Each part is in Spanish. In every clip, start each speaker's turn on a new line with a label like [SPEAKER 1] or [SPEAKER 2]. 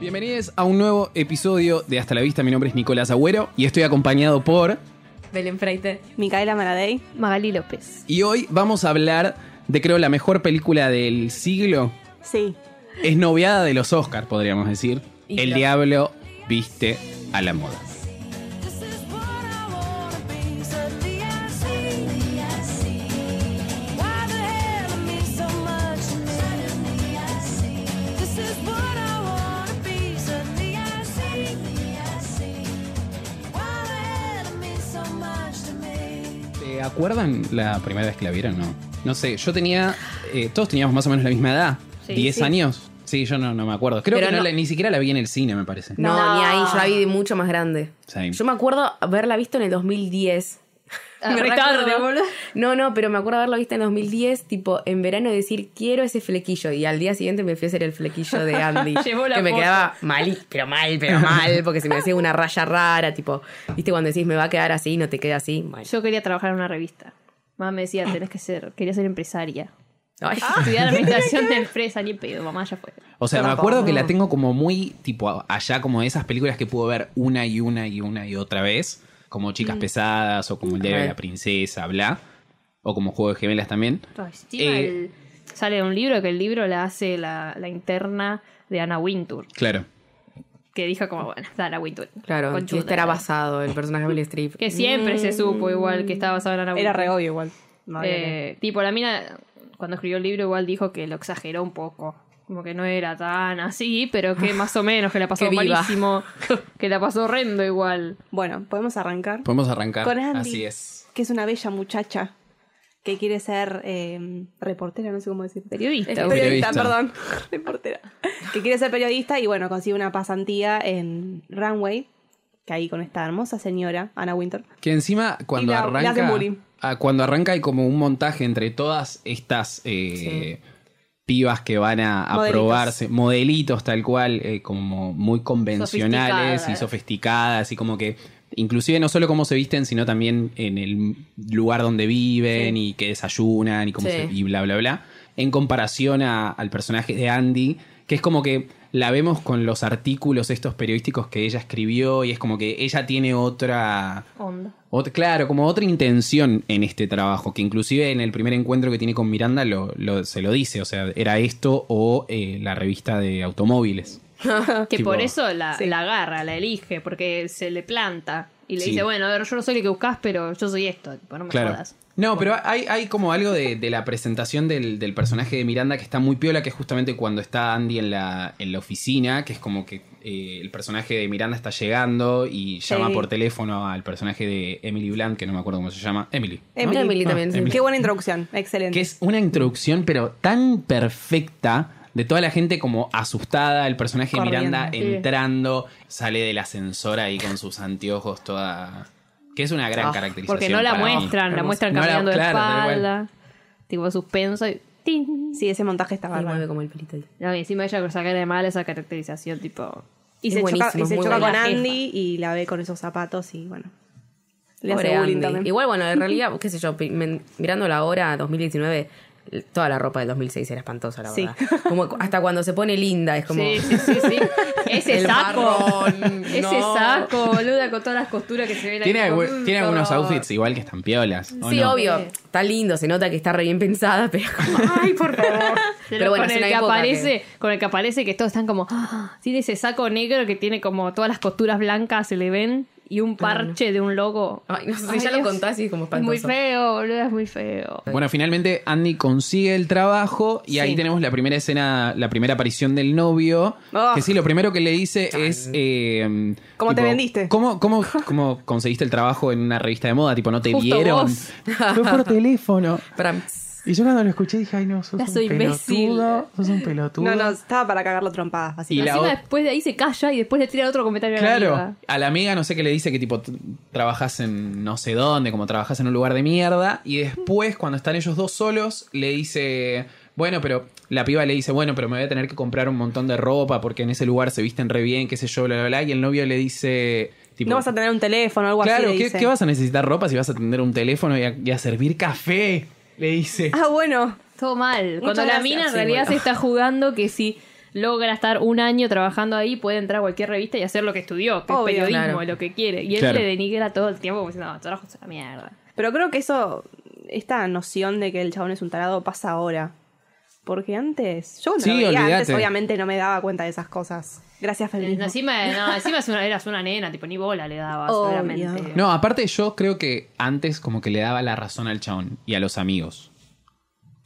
[SPEAKER 1] Bienvenidos a un nuevo episodio de Hasta la Vista. Mi nombre es Nicolás Agüero y estoy acompañado por.
[SPEAKER 2] Belén Freite.
[SPEAKER 3] Micaela Maradei.
[SPEAKER 4] Magali López.
[SPEAKER 1] Y hoy vamos a hablar de, creo, la mejor película del siglo.
[SPEAKER 3] Sí.
[SPEAKER 1] Es noviada de los Oscars, podríamos decir.
[SPEAKER 2] Y
[SPEAKER 1] El
[SPEAKER 2] lo-
[SPEAKER 1] Diablo viste a la moda.
[SPEAKER 5] This is what I wanna be, said the IC. Why the hell am I so much? Suddenly I see. This is what I wanna be, said the IC. Why the hell am I so much to me?
[SPEAKER 1] ¿Te acuerdan la primera vez que la vieron? No. No sé, yo tenía. eh, todos teníamos más o menos la misma edad.
[SPEAKER 4] Sí,
[SPEAKER 1] 10
[SPEAKER 4] sí.
[SPEAKER 1] años. Sí, yo no, no me acuerdo. Creo
[SPEAKER 2] Pero
[SPEAKER 1] que no
[SPEAKER 2] no-
[SPEAKER 1] la- ni siquiera la vi en el cine, me parece.
[SPEAKER 2] No,
[SPEAKER 3] No.
[SPEAKER 2] ni ahí, yo la vi mucho más grande.
[SPEAKER 1] Sí.
[SPEAKER 2] Yo me acuerdo haberla visto en el 2010.
[SPEAKER 4] Ah,
[SPEAKER 2] Retardo.
[SPEAKER 4] recuerdo, boludo.
[SPEAKER 2] No, no, pero me acuerdo haberla visto en 2010, tipo en verano, y decir quiero ese flequillo. Y al día siguiente me fui a hacer el flequillo de Andy.
[SPEAKER 4] Llevó la
[SPEAKER 2] que me
[SPEAKER 4] foto.
[SPEAKER 2] quedaba mal, pero mal, pero mal, porque se me hacía una raya rara, tipo, viste, cuando decís me va a quedar así, no te queda así. Mal.
[SPEAKER 4] Yo quería trabajar en una revista. Mamá me decía, tenés que ser, quería ser empresaria.
[SPEAKER 2] Ay.
[SPEAKER 4] Estudiar administración de empresa, ni pedo, mamá ya fue.
[SPEAKER 1] O sea, me
[SPEAKER 2] Tampoco,
[SPEAKER 1] acuerdo que
[SPEAKER 2] no.
[SPEAKER 1] la tengo como muy tipo a- allá, como de esas películas que puedo ver una y una y una y otra vez, como
[SPEAKER 3] Mm.
[SPEAKER 1] Chicas Pesadas o como El Diario de
[SPEAKER 2] Ajá.
[SPEAKER 1] la Princesa, bla, o como Juego de Gemelas también.
[SPEAKER 4] Ay, encima
[SPEAKER 1] Eh.
[SPEAKER 4] el- sale de un libro que el libro la hace la, la interna de Anna Wintour,
[SPEAKER 1] Claro.
[SPEAKER 4] que dijo como, bueno, está Anna Wintour.
[SPEAKER 2] Claro,
[SPEAKER 4] Conchuda.
[SPEAKER 2] y estará basado el personaje de Mm, Meryl Streep.
[SPEAKER 4] Que siempre se supo igual que estaba basado en Anna Wintour.
[SPEAKER 3] Era
[SPEAKER 2] Ah,
[SPEAKER 3] re obvio igual. No había que-
[SPEAKER 4] Eh, tipo, la mina, cuando escribió el libro, igual dijo que lo exageró un poco. Como que no era tan así, pero que más o menos, que la pasó
[SPEAKER 2] Que viva.
[SPEAKER 4] malísimo. Que la pasó horrendo igual.
[SPEAKER 3] Bueno, podemos arrancar.
[SPEAKER 1] Podemos arrancar.
[SPEAKER 3] Con Andy.
[SPEAKER 1] Así es.
[SPEAKER 3] Que es una bella muchacha que quiere ser eh, reportera, no sé cómo decir.
[SPEAKER 4] Periodista.
[SPEAKER 3] Eh,
[SPEAKER 4] boludo.
[SPEAKER 1] Periodista.
[SPEAKER 3] periodista, perdón. reportera. Que quiere ser periodista y bueno, consigue una pasantía en Runway, que ahí con esta hermosa señora, Anna Winter.
[SPEAKER 1] Que encima cuando
[SPEAKER 3] la- le hacen
[SPEAKER 1] arranca.
[SPEAKER 3] bullying.
[SPEAKER 1] ah, cuando arranca hay como un montaje entre todas estas eh, pibas que van a, a
[SPEAKER 3] Modelitos.
[SPEAKER 1] probarse, modelitos tal cual, eh, como muy convencionales y
[SPEAKER 4] Sofisticadas.
[SPEAKER 1] sofisticadas, y como que. Inclusive no solo cómo se visten, sino también en el lugar donde viven y que desayunan y, cómo
[SPEAKER 2] Sí.
[SPEAKER 1] se- y bla, bla, bla. En comparación a- al personaje de Andy, que es como que la vemos con los artículos estos periodísticos que ella escribió y es como que ella tiene otra,
[SPEAKER 4] Onda.
[SPEAKER 1] Ot- claro, como otra intención en este trabajo, que inclusive en el primer encuentro que tiene con Miranda lo, lo- se lo dice, o sea, era esto o eh, la revista de automóviles.
[SPEAKER 4] Que
[SPEAKER 1] Ah. Tipo-
[SPEAKER 4] por eso la,
[SPEAKER 3] Sí.
[SPEAKER 4] la agarra, la elige, porque se le planta. Y le
[SPEAKER 1] Sí.
[SPEAKER 4] dice, bueno, a ver, yo no soy lo que buscas, pero yo soy esto. Tipo, no me
[SPEAKER 1] Claro.
[SPEAKER 4] jodas.
[SPEAKER 1] No, pero hay, hay como algo de, de la presentación del, del personaje de Miranda que está muy piola, que es justamente cuando está Andy en la, en la oficina, que es como que eh, el personaje de Miranda está llegando y llama por teléfono al personaje de Emily Blunt, que no me acuerdo cómo se llama, Emily. ¿no?
[SPEAKER 3] Emily.
[SPEAKER 2] Emily
[SPEAKER 1] Ah,
[SPEAKER 2] también, sí.
[SPEAKER 1] Emily.
[SPEAKER 3] Qué buena introducción, excelente.
[SPEAKER 1] Que es una introducción, pero tan perfecta. De toda la gente como asustada, el personaje de
[SPEAKER 3] Corriendo.
[SPEAKER 1] Miranda
[SPEAKER 4] Sí.
[SPEAKER 1] entrando, sale del ascensor ahí con sus anteojos toda... Que es una gran
[SPEAKER 2] Ah,
[SPEAKER 1] caracterización.
[SPEAKER 4] Porque no la
[SPEAKER 1] para mí.
[SPEAKER 4] muestran, la
[SPEAKER 2] hermoso.
[SPEAKER 4] muestran
[SPEAKER 1] No la-
[SPEAKER 4] cambiando
[SPEAKER 1] claro,
[SPEAKER 4] de
[SPEAKER 1] tal cual.
[SPEAKER 4] espalda. Tipo, suspenso y... ¡Ting!
[SPEAKER 3] Sí, ese montaje está
[SPEAKER 2] Y mueve
[SPEAKER 3] bárbaro.
[SPEAKER 2] como el pelito. ahí.
[SPEAKER 4] No, y encima ella saca de mal esa caracterización, tipo.
[SPEAKER 3] Y
[SPEAKER 2] Es
[SPEAKER 3] se choca,
[SPEAKER 2] buenísimo,
[SPEAKER 3] y se
[SPEAKER 2] muy
[SPEAKER 3] choca
[SPEAKER 2] buena
[SPEAKER 3] con
[SPEAKER 2] jefa.
[SPEAKER 3] Andy y la ve con esos zapatos y bueno. Le
[SPEAKER 2] Pobre
[SPEAKER 3] hace bullying
[SPEAKER 2] Andy.
[SPEAKER 3] también.
[SPEAKER 2] Igual, bueno, en realidad, qué sé yo, pi- men- mirando la hora 2019, toda la ropa del 2006 era espantosa, la
[SPEAKER 3] Sí.
[SPEAKER 2] verdad. Como cu- hasta cuando se pone linda, es como.
[SPEAKER 4] Sí, sí, sí, sí. Ese
[SPEAKER 2] El
[SPEAKER 4] saco.
[SPEAKER 2] marrón,
[SPEAKER 4] Ese
[SPEAKER 2] no.
[SPEAKER 4] saco, boluda, con todas las costuras que se ven ahí,
[SPEAKER 1] Tiene,
[SPEAKER 4] como,
[SPEAKER 1] algu-
[SPEAKER 4] mm,
[SPEAKER 1] tiene algunos
[SPEAKER 4] horror.
[SPEAKER 1] outfits igual que están piolas. ¿o
[SPEAKER 2] Sí,
[SPEAKER 1] no?
[SPEAKER 2] obvio, está lindo, se nota que está re bien pensada, pero como, ay, por favor.
[SPEAKER 4] Pero,
[SPEAKER 2] bueno,
[SPEAKER 4] con
[SPEAKER 2] es
[SPEAKER 4] el
[SPEAKER 2] una
[SPEAKER 4] que
[SPEAKER 2] época
[SPEAKER 4] aparece, con el que aparece que todos están como, "Ah", tiene ese saco negro que tiene como todas las costuras blancas se le ven y y un parche de un logo.
[SPEAKER 2] Ay, no sé,
[SPEAKER 4] Ay,
[SPEAKER 2] ya lo
[SPEAKER 4] Dios.
[SPEAKER 2] contás así como
[SPEAKER 4] Es
[SPEAKER 2] espantoso.
[SPEAKER 4] muy feo, boludo, es muy feo.
[SPEAKER 1] Bueno, finalmente Andy consigue el trabajo y ahí
[SPEAKER 2] Sí.
[SPEAKER 1] tenemos la primera escena, la primera aparición del novio.
[SPEAKER 3] Ah.
[SPEAKER 1] Que sí, lo primero que le dice es. eh,
[SPEAKER 3] ¿Cómo te vendiste?
[SPEAKER 1] ¿cómo, cómo, cómo conseguiste el trabajo en una revista de moda? Tipo, no te
[SPEAKER 4] Justo
[SPEAKER 1] vieron.
[SPEAKER 4] vos.
[SPEAKER 6] Fue por teléfono.
[SPEAKER 2] Para-
[SPEAKER 6] Y yo cuando lo escuché dije, ay no, sos
[SPEAKER 4] Ya
[SPEAKER 6] un
[SPEAKER 4] soy imbécil.
[SPEAKER 6] pelotudo. Sos un pelotudo.
[SPEAKER 3] No, no, estaba para cagarlo trompadas,
[SPEAKER 1] Y
[SPEAKER 3] básicamente.
[SPEAKER 1] la
[SPEAKER 4] Encima
[SPEAKER 1] o-
[SPEAKER 4] después de ahí se calla y después le tira otro comentario
[SPEAKER 1] Claro,
[SPEAKER 4] arriba.
[SPEAKER 1] a la amiga no sé qué le dice que tipo t- trabajas en no sé dónde, como trabajas en un lugar de mierda. Y después, cuando están ellos dos solos, le dice, bueno, pero la piba le dice, bueno, pero me voy a tener que comprar un montón de ropa porque en ese lugar se visten re bien, qué sé yo, bla, bla, bla. Y el novio le dice, tipo,
[SPEAKER 3] No vas a tener un teléfono o algo así.
[SPEAKER 1] claro,
[SPEAKER 3] le
[SPEAKER 1] ¿qué,
[SPEAKER 3] dice.
[SPEAKER 1] qué vas a necesitar ropa si vas a tener un teléfono y a, y a servir café? Le dice.
[SPEAKER 3] Ah, bueno.
[SPEAKER 4] Todo mal. Cuando la
[SPEAKER 3] gracias.
[SPEAKER 4] mina en
[SPEAKER 3] Sí,
[SPEAKER 4] realidad
[SPEAKER 3] bueno.
[SPEAKER 4] se está jugando que si logra estar un año trabajando ahí, puede entrar a cualquier revista y hacer lo que estudió, que
[SPEAKER 3] Obvio,
[SPEAKER 4] es periodismo,
[SPEAKER 2] claro.
[SPEAKER 4] lo que quiere. Y él
[SPEAKER 1] Claro.
[SPEAKER 4] le denigra todo el tiempo como diciendo, no, trabajo es una mierda.
[SPEAKER 3] Pero creo que eso, esta noción de que el chabón es un tarado pasa ahora. Porque antes, yo cuando
[SPEAKER 1] Sí,
[SPEAKER 3] lo veía antes,
[SPEAKER 1] olvídate.
[SPEAKER 3] obviamente no me daba cuenta de esas cosas. Gracias, feminismo.
[SPEAKER 4] Encima, no, encima es una, eras una nena, tipo, ni bola le daba,
[SPEAKER 3] Obvio.
[SPEAKER 4] seguramente.
[SPEAKER 1] No, aparte yo creo que antes como que le daba la razón al chabón y a los amigos.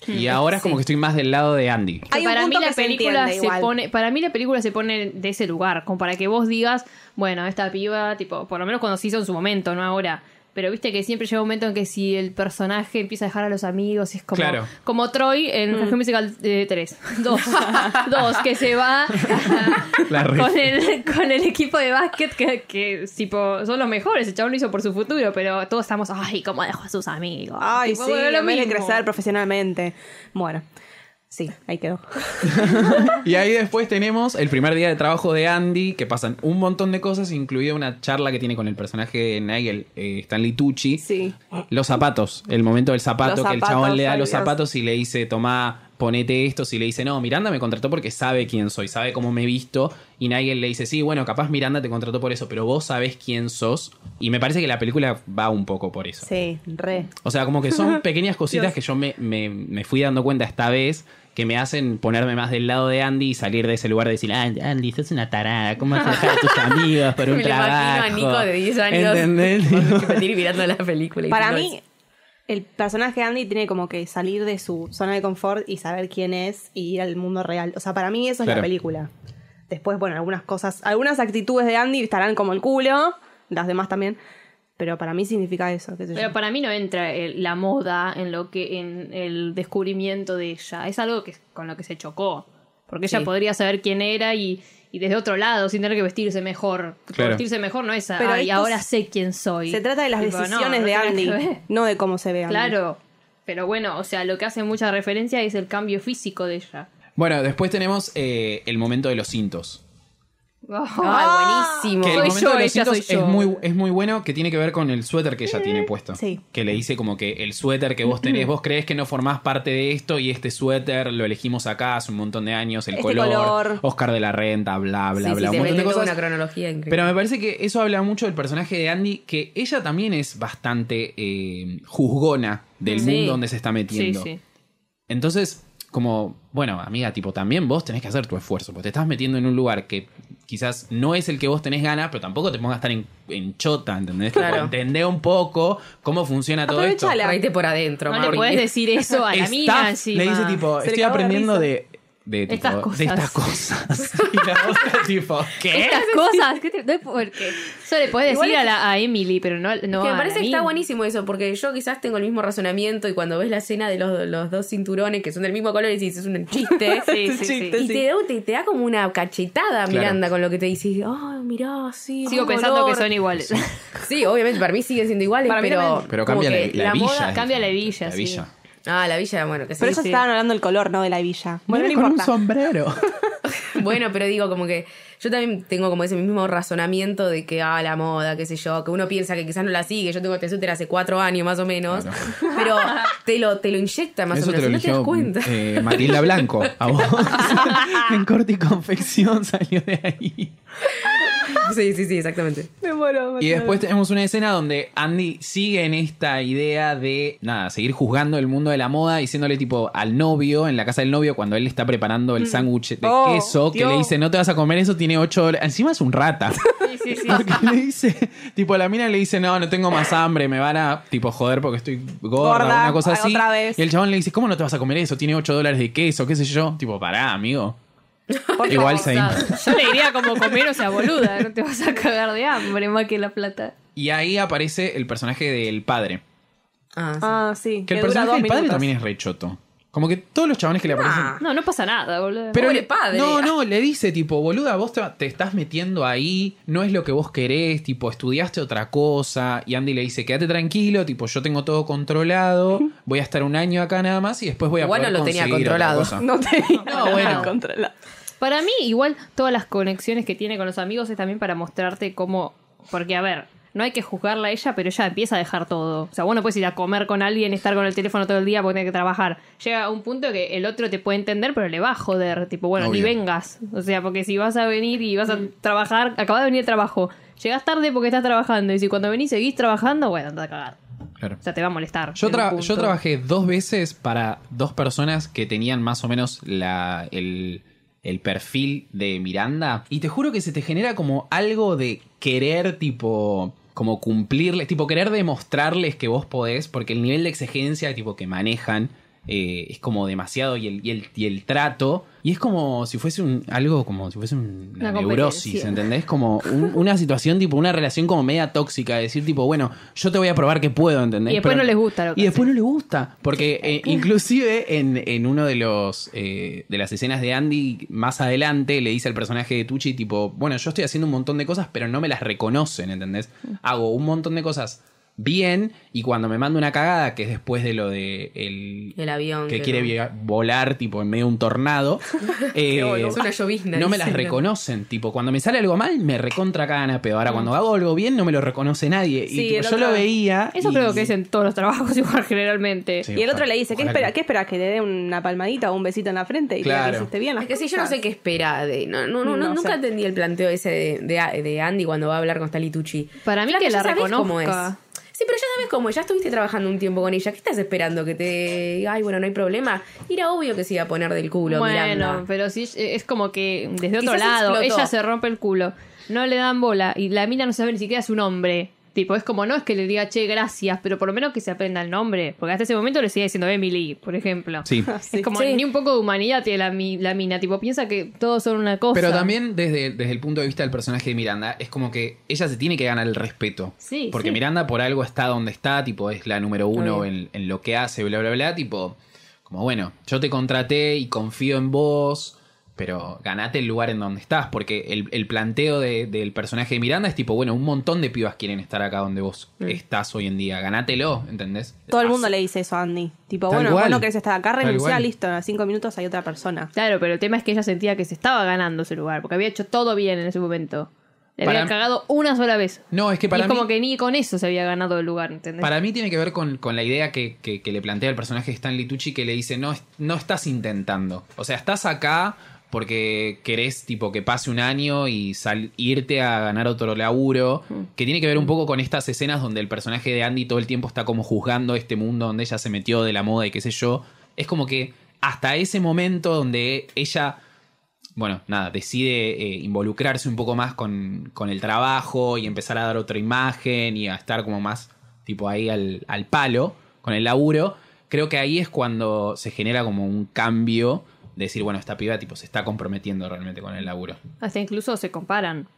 [SPEAKER 3] Hmm.
[SPEAKER 1] Y ahora es como que estoy más del lado de Andy.
[SPEAKER 4] Que
[SPEAKER 3] Hay un
[SPEAKER 4] para mí
[SPEAKER 3] punto
[SPEAKER 4] la
[SPEAKER 3] que se
[SPEAKER 4] película
[SPEAKER 3] entiende
[SPEAKER 4] se,
[SPEAKER 3] igual.
[SPEAKER 4] pone para mí la película se pone de ese lugar como para que vos digas bueno esta piba tipo por lo menos cuando se hizo en su momento no ahora pero viste que siempre llega un momento en que si el personaje empieza a dejar a los amigos es como
[SPEAKER 1] Claro.
[SPEAKER 4] como Troy en
[SPEAKER 3] Mm.
[SPEAKER 4] High School Musical 3 2 2 que se va
[SPEAKER 1] La
[SPEAKER 4] con el, con el equipo de básquet que, que, tipo son los mejores el chabón lo hizo por su futuro pero todos estamos ay cómo dejó a sus amigos
[SPEAKER 3] Ay,
[SPEAKER 4] Tipo,
[SPEAKER 3] sí,
[SPEAKER 4] bueno,
[SPEAKER 3] en vez de
[SPEAKER 4] mismo.
[SPEAKER 3] crecer profesionalmente. Bueno, sí, ahí quedó.
[SPEAKER 1] Y ahí después tenemos el primer día de trabajo de Andy, que pasan un montón de cosas, incluida una charla que tiene con el personaje de Nigel, eh, Stanley Tucci.
[SPEAKER 3] Sí.
[SPEAKER 1] Los zapatos, el momento del zapato,
[SPEAKER 3] Los
[SPEAKER 1] que el
[SPEAKER 3] zapatos,
[SPEAKER 1] chabón le da
[SPEAKER 3] ay,
[SPEAKER 1] los
[SPEAKER 3] Dios.
[SPEAKER 1] zapatos y le dice, tomá, ponete estos. Y le dice, no, Miranda me contrató porque sabe quién soy, sabe cómo me he visto. Y Nigel le dice, sí, bueno, capaz Miranda te contrató por eso, pero vos sabés quién sos. Y me parece que la película va un poco por eso.
[SPEAKER 3] Sí, re.
[SPEAKER 1] O sea, como que son pequeñas cositas que yo me, me- me fui dando cuenta esta vez que me hacen ponerme más del lado de Andy y salir de ese lugar de decir, "Ay, Andy, sos una tarada, ¿cómo vas a dejar a tus amigos por un
[SPEAKER 2] Me lo imagino
[SPEAKER 1] trabajo?
[SPEAKER 2] a Nico de 10 años.
[SPEAKER 1] ¿Entendés?
[SPEAKER 2] Con repetir mirando la película. y
[SPEAKER 3] Para
[SPEAKER 2] diciendo,
[SPEAKER 3] mí, el personaje de Andy tiene como que salir de su zona de confort y saber quién es y ir al mundo real. O sea, para mí eso es
[SPEAKER 1] Claro.
[SPEAKER 3] la película. Después, bueno, algunas cosas, algunas actitudes de Andy estarán como el culo, las demás también. Pero para mí significa eso, qué sé yo.
[SPEAKER 4] Pero para mí no entra el- la moda en lo que en el descubrimiento de ella. Es algo que con lo que se chocó. Porque ella
[SPEAKER 2] Sí.
[SPEAKER 4] podría saber quién era y, y desde otro lado, sin tener que vestirse mejor. Tipo,
[SPEAKER 1] Claro.
[SPEAKER 4] Vestirse mejor no es,
[SPEAKER 3] Pero
[SPEAKER 4] ay,
[SPEAKER 3] esto
[SPEAKER 4] ahora
[SPEAKER 3] es-
[SPEAKER 4] sé quién soy.
[SPEAKER 3] Se trata de las
[SPEAKER 4] Tipo, no,
[SPEAKER 3] decisiones
[SPEAKER 4] no
[SPEAKER 3] de
[SPEAKER 4] tiene
[SPEAKER 3] Andy,
[SPEAKER 4] nada que ver.
[SPEAKER 3] no de cómo se ve Andy.
[SPEAKER 4] Claro. Pero bueno, o sea, lo que hace mucha referencia es el cambio físico de ella.
[SPEAKER 1] Bueno, después tenemos eh, el momento de los cintos.
[SPEAKER 4] ¡ah!
[SPEAKER 2] Ay, buenísimo.
[SPEAKER 1] Que el
[SPEAKER 4] Soy
[SPEAKER 1] momento
[SPEAKER 4] yo,
[SPEAKER 1] de los
[SPEAKER 4] ella
[SPEAKER 1] cintos
[SPEAKER 4] soy yo.
[SPEAKER 1] es muy, es muy bueno, que tiene que ver con el suéter que ella tiene puesto.
[SPEAKER 3] sí.
[SPEAKER 1] Que le dice como que el suéter que vos tenés, vos crees que no formás parte de esto y este suéter lo elegimos acá hace un montón de años, el
[SPEAKER 3] Este
[SPEAKER 1] color,
[SPEAKER 3] color.
[SPEAKER 1] Oscar de la Renta, bla,
[SPEAKER 2] Sí,
[SPEAKER 1] bla,
[SPEAKER 2] sí,
[SPEAKER 1] bla.
[SPEAKER 2] se
[SPEAKER 1] un montón
[SPEAKER 2] mete
[SPEAKER 1] de
[SPEAKER 2] toda
[SPEAKER 1] cosas.
[SPEAKER 2] una cronología increíble.
[SPEAKER 1] Pero me parece que eso habla mucho del personaje de Andy, que ella también es bastante eh, juzgona del
[SPEAKER 2] Sí.
[SPEAKER 1] mundo donde se está
[SPEAKER 4] Sí,
[SPEAKER 1] metiendo.
[SPEAKER 4] sí.
[SPEAKER 1] Entonces, como, bueno, amiga, tipo, también vos tenés que hacer tu esfuerzo, porque te estás metiendo en un lugar que quizás no es el que vos tenés ganas, pero tampoco te pongas a estar en, en chota, ¿entendés? Tipo,
[SPEAKER 2] Claro.
[SPEAKER 1] entendé un poco cómo funciona todo esto.
[SPEAKER 3] Aprovechala.
[SPEAKER 2] Traite por adentro,
[SPEAKER 4] No le
[SPEAKER 2] Mauri.
[SPEAKER 4] puedes decir eso a la mina
[SPEAKER 1] Staff
[SPEAKER 4] encima.
[SPEAKER 1] le dice tipo,
[SPEAKER 3] Se le
[SPEAKER 1] estoy
[SPEAKER 3] cagó de
[SPEAKER 1] aprendiendo
[SPEAKER 3] risa.
[SPEAKER 1] de, de, tipo,
[SPEAKER 4] Estas cosas.
[SPEAKER 1] de estas cosas. Y la otra tipo, ¿qué?
[SPEAKER 4] Estas cosas, ¿qué te, no es porque. Eso le podés
[SPEAKER 2] Igual
[SPEAKER 4] decir
[SPEAKER 2] es-
[SPEAKER 4] a, la, a Emily, pero no, no
[SPEAKER 2] que
[SPEAKER 4] a
[SPEAKER 2] me parece
[SPEAKER 4] la
[SPEAKER 2] que está
[SPEAKER 4] mina.
[SPEAKER 2] buenísimo eso, porque yo quizás tengo el mismo razonamiento y cuando ves la escena de los, los dos cinturones que son del mismo color y dices, es un chiste.
[SPEAKER 4] Sí, sí, sí.
[SPEAKER 2] Y te da, te, te da como una cachetada,
[SPEAKER 1] Claro.
[SPEAKER 2] Miranda, con lo que te dice. Oh, mirá, sí.
[SPEAKER 4] Sigo
[SPEAKER 2] buen
[SPEAKER 4] pensando
[SPEAKER 2] color".
[SPEAKER 4] que son iguales.
[SPEAKER 2] Sí, obviamente, para mí siguen siendo iguales,
[SPEAKER 3] Para mí
[SPEAKER 2] pero.
[SPEAKER 3] también.
[SPEAKER 1] Pero
[SPEAKER 2] como
[SPEAKER 1] cambia la,
[SPEAKER 2] que
[SPEAKER 1] la villa.
[SPEAKER 2] moda-
[SPEAKER 1] es
[SPEAKER 4] cambia la
[SPEAKER 1] diferente,
[SPEAKER 4] villa,
[SPEAKER 1] la
[SPEAKER 4] sí.
[SPEAKER 1] villa.
[SPEAKER 2] Ah, la villa, bueno, que sí.
[SPEAKER 3] Pero ellos
[SPEAKER 2] sí.
[SPEAKER 3] estaban hablando del color, no de la villa. Bueno, no
[SPEAKER 1] Viene con un
[SPEAKER 3] importa.
[SPEAKER 1] sombrero.
[SPEAKER 2] Bueno, pero digo, como que yo también tengo como ese mismo razonamiento de que, ah, la moda, qué sé yo, que uno piensa que quizás no la sigue. Yo tengo este suéter hace cuatro años más o menos,
[SPEAKER 1] Claro.
[SPEAKER 2] pero te lo, te lo inyecta más
[SPEAKER 1] Eso
[SPEAKER 2] o
[SPEAKER 1] te
[SPEAKER 2] menos,
[SPEAKER 1] lo
[SPEAKER 2] y no te das
[SPEAKER 1] eligió
[SPEAKER 2] cuenta.
[SPEAKER 1] eh, Matilda Blanco, a vos. en corte y confección salió de ahí.
[SPEAKER 2] Sí, sí, sí, exactamente.
[SPEAKER 3] Me muero. me
[SPEAKER 1] Y después
[SPEAKER 3] muero.
[SPEAKER 1] tenemos una escena donde Andy sigue en esta idea de, nada, seguir juzgando el mundo de la moda, diciéndole tipo al novio, en la casa del novio, cuando él está preparando el sándwich de
[SPEAKER 3] Oh,
[SPEAKER 1] queso, que
[SPEAKER 3] Dios.
[SPEAKER 1] le dice, no te vas a comer eso, tiene 8 dólares. Encima es un rata.
[SPEAKER 4] Sí, sí, sí.
[SPEAKER 1] Porque le dice, tipo, la mina le dice, no, no tengo más hambre, me van a, tipo, joder porque estoy gorda,
[SPEAKER 3] Gorda,
[SPEAKER 1] una cosa así.
[SPEAKER 3] otra vez.
[SPEAKER 1] Y el chabón le dice, ¿cómo no te vas a comer eso? Tiene 8 dólares de queso, qué sé yo. Tipo, pará, amigo.
[SPEAKER 3] Por
[SPEAKER 1] Igual
[SPEAKER 4] O
[SPEAKER 1] se...
[SPEAKER 4] sea, yo le diría como comer, o sea, boluda, no te vas a cagar de hambre más que la plata.
[SPEAKER 1] Y ahí aparece el personaje del padre.
[SPEAKER 2] Ah, sí.
[SPEAKER 3] Ah, sí.
[SPEAKER 1] Que el
[SPEAKER 3] dura
[SPEAKER 1] personaje
[SPEAKER 3] dos
[SPEAKER 1] del padre
[SPEAKER 3] minutos.
[SPEAKER 1] también es rechoto. Como que todos los chabones que le aparecen...
[SPEAKER 2] Ah.
[SPEAKER 4] No, no pasa nada, boludo.
[SPEAKER 2] Pobre padre.
[SPEAKER 1] No, no, le dice tipo, boluda, vos te, te estás metiendo ahí, no es lo que vos querés, tipo, estudiaste otra cosa. Y Andy le dice, quédate tranquilo, tipo, yo tengo todo controlado, voy a estar un año acá nada más y después voy a
[SPEAKER 2] Igual no
[SPEAKER 1] poder
[SPEAKER 2] lo tenía
[SPEAKER 1] conseguir otra
[SPEAKER 2] controlado.
[SPEAKER 1] cosa".
[SPEAKER 3] No tenía nada
[SPEAKER 1] bueno.
[SPEAKER 3] controlado.
[SPEAKER 4] Para mí, igual, todas las conexiones que tiene con los amigos es también para mostrarte cómo. Porque, a ver, no hay que juzgarla a ella, pero ella empieza a dejar todo. O sea, vos no puedes ir a comer con alguien, estar con el teléfono todo el día porque tenés que trabajar. Llega un punto que el otro te puede entender, pero le va a joder. Tipo, bueno, ni
[SPEAKER 1] Obvio.
[SPEAKER 4] vengas. O sea, porque si vas a venir y vas a trabajar, acabas de venir de trabajo. Llegás tarde porque estás trabajando. Y si cuando venís seguís trabajando, bueno, te va a cagar.
[SPEAKER 1] Claro.
[SPEAKER 4] O sea, te va a molestar.
[SPEAKER 1] Yo,
[SPEAKER 4] en un
[SPEAKER 1] tra-
[SPEAKER 4] punto.
[SPEAKER 1] yo trabajé dos veces para dos personas que tenían más o menos la, el, el perfil de Miranda. Y te juro que se te genera como algo de querer, tipo, como cumplirles, tipo, querer demostrarles que vos podés, porque el nivel de exigencia, tipo, que manejan. eh, es como demasiado y el, y, el, y el trato y es como si fuese un algo como si fuese un- una,
[SPEAKER 4] Una
[SPEAKER 1] neurosis
[SPEAKER 4] competencia.
[SPEAKER 1] ¿entendés? como un- una situación tipo una relación como media tóxica de decir tipo bueno yo te voy a probar que puedo ¿entendés?
[SPEAKER 4] Y después
[SPEAKER 1] Pero-
[SPEAKER 4] no les gusta lo que
[SPEAKER 1] y después no le gusta. Porque eh, inclusive en, en uno de los eh, de las escenas de Andy, más adelante, le dice al personaje de Tucci, tipo, bueno, yo estoy haciendo un montón de cosas, pero no me las reconocen, ¿entendés?
[SPEAKER 4] Mm.
[SPEAKER 1] Hago un montón de cosas bien, y cuando me mando una cagada, que es después de lo de el,
[SPEAKER 2] El avión.
[SPEAKER 1] que
[SPEAKER 2] que
[SPEAKER 1] quiere
[SPEAKER 2] no.
[SPEAKER 1] via- volar, tipo, en medio de un tornado. eh,
[SPEAKER 2] Es una llovizna.
[SPEAKER 1] no me
[SPEAKER 2] dice,
[SPEAKER 1] las reconocen, tipo, cuando me sale algo mal, me recontra cagan, pero
[SPEAKER 2] Mm.
[SPEAKER 1] ahora cuando hago algo bien no me lo reconoce nadie.
[SPEAKER 3] Sí,
[SPEAKER 1] y tipo,
[SPEAKER 3] el
[SPEAKER 1] yo
[SPEAKER 3] otro-
[SPEAKER 1] lo veía.
[SPEAKER 4] Eso
[SPEAKER 1] y-
[SPEAKER 4] creo que es en todos los trabajos igual generalmente.
[SPEAKER 1] Sí,
[SPEAKER 3] Y el
[SPEAKER 1] ojalá-
[SPEAKER 3] otro le dice, ¿qué
[SPEAKER 1] ojalá
[SPEAKER 3] espera?
[SPEAKER 1] que-
[SPEAKER 3] ¿Qué esperas? ¿Que te dé una palmadita o un besito en la frente? Y te diga
[SPEAKER 1] Claro.
[SPEAKER 3] que hiciste bien las
[SPEAKER 2] Es que sí, yo no
[SPEAKER 3] cosas?
[SPEAKER 2] sé qué espera de. No, no, no,
[SPEAKER 3] No
[SPEAKER 2] nunca
[SPEAKER 3] sé.
[SPEAKER 2] entendí el planteo ese de, de, de Andy cuando va a hablar con Stalitucci.
[SPEAKER 4] Para mí que la reconozca.
[SPEAKER 2] Sí, pero ya sabes cómo es. Ya estuviste trabajando un tiempo con ella. ¿Qué estás esperando? Que te. diga, Ay, bueno, no hay problema. Y Era obvio que se iba a poner del culo,
[SPEAKER 4] bueno,
[SPEAKER 2] Miranda.
[SPEAKER 4] pero sí, eh, es como que desde otro
[SPEAKER 2] Quizás
[SPEAKER 4] lado,
[SPEAKER 2] explotó.
[SPEAKER 4] ella se rompe el culo, no le dan bola y la mina no sabe ni siquiera su nombre. Tipo, es como no es que le diga che, gracias, pero por lo menos que se aprenda el nombre. Porque hasta ese momento le sigue diciendo Emily, por ejemplo.
[SPEAKER 1] Sí.
[SPEAKER 4] Es como
[SPEAKER 2] Sí.
[SPEAKER 4] ni un poco de humanidad tiene la, mi- la mina. Tipo, piensa que todos son una cosa.
[SPEAKER 1] Pero también desde, desde el punto de vista del personaje de Miranda, es como que ella se tiene que ganar el respeto.
[SPEAKER 4] Sí,
[SPEAKER 1] Porque
[SPEAKER 4] sí.
[SPEAKER 1] Miranda por algo está donde está, tipo, es la número uno
[SPEAKER 2] bien.
[SPEAKER 1] en, en lo que hace, bla, bla, bla, tipo, como bueno, yo te contraté y confío en vos, pero ganate el lugar en donde estás, porque el, el planteo de- del personaje de Miranda es tipo, bueno, un montón de pibas quieren estar acá donde vos estás hoy en día, ganátelo, ¿entendés?
[SPEAKER 3] Todo el
[SPEAKER 1] Haz-
[SPEAKER 3] mundo le dice eso a Andy. Tipo,
[SPEAKER 1] Tal
[SPEAKER 3] bueno, vos
[SPEAKER 1] cual.
[SPEAKER 3] no querés estar acá,
[SPEAKER 1] Tal
[SPEAKER 3] renunciá,
[SPEAKER 1] cual.
[SPEAKER 3] listo. En cinco minutos hay otra persona.
[SPEAKER 4] Claro, pero el tema es que ella sentía que se estaba ganando ese lugar, porque había hecho todo bien en ese momento. Le
[SPEAKER 1] Para-
[SPEAKER 4] había cagado una sola vez.
[SPEAKER 1] No, es que para
[SPEAKER 4] y es
[SPEAKER 1] mí-
[SPEAKER 4] como que ni con eso se había ganado el lugar, ¿entendés?
[SPEAKER 1] Para mí tiene que ver con, con la idea que, que- que le plantea el personaje de Stanley Tucci que le dice, no, es- no estás intentando. O sea, estás acá porque querés tipo que pase un año y sal- irte a ganar otro laburo, que tiene que ver un poco con estas escenas donde el personaje de Andy todo el tiempo está como juzgando este mundo donde ella se metió de la moda y qué sé yo. Es como que hasta ese momento donde ella bueno, nada, decide eh, involucrarse un poco más con, con el trabajo y empezar a dar otra imagen y a estar como más tipo ahí al, al palo con el laburo, creo que ahí es cuando se genera como un cambio de decir, bueno, esta piba tipo se está comprometiendo realmente con el laburo.
[SPEAKER 4] Hasta incluso se comparan.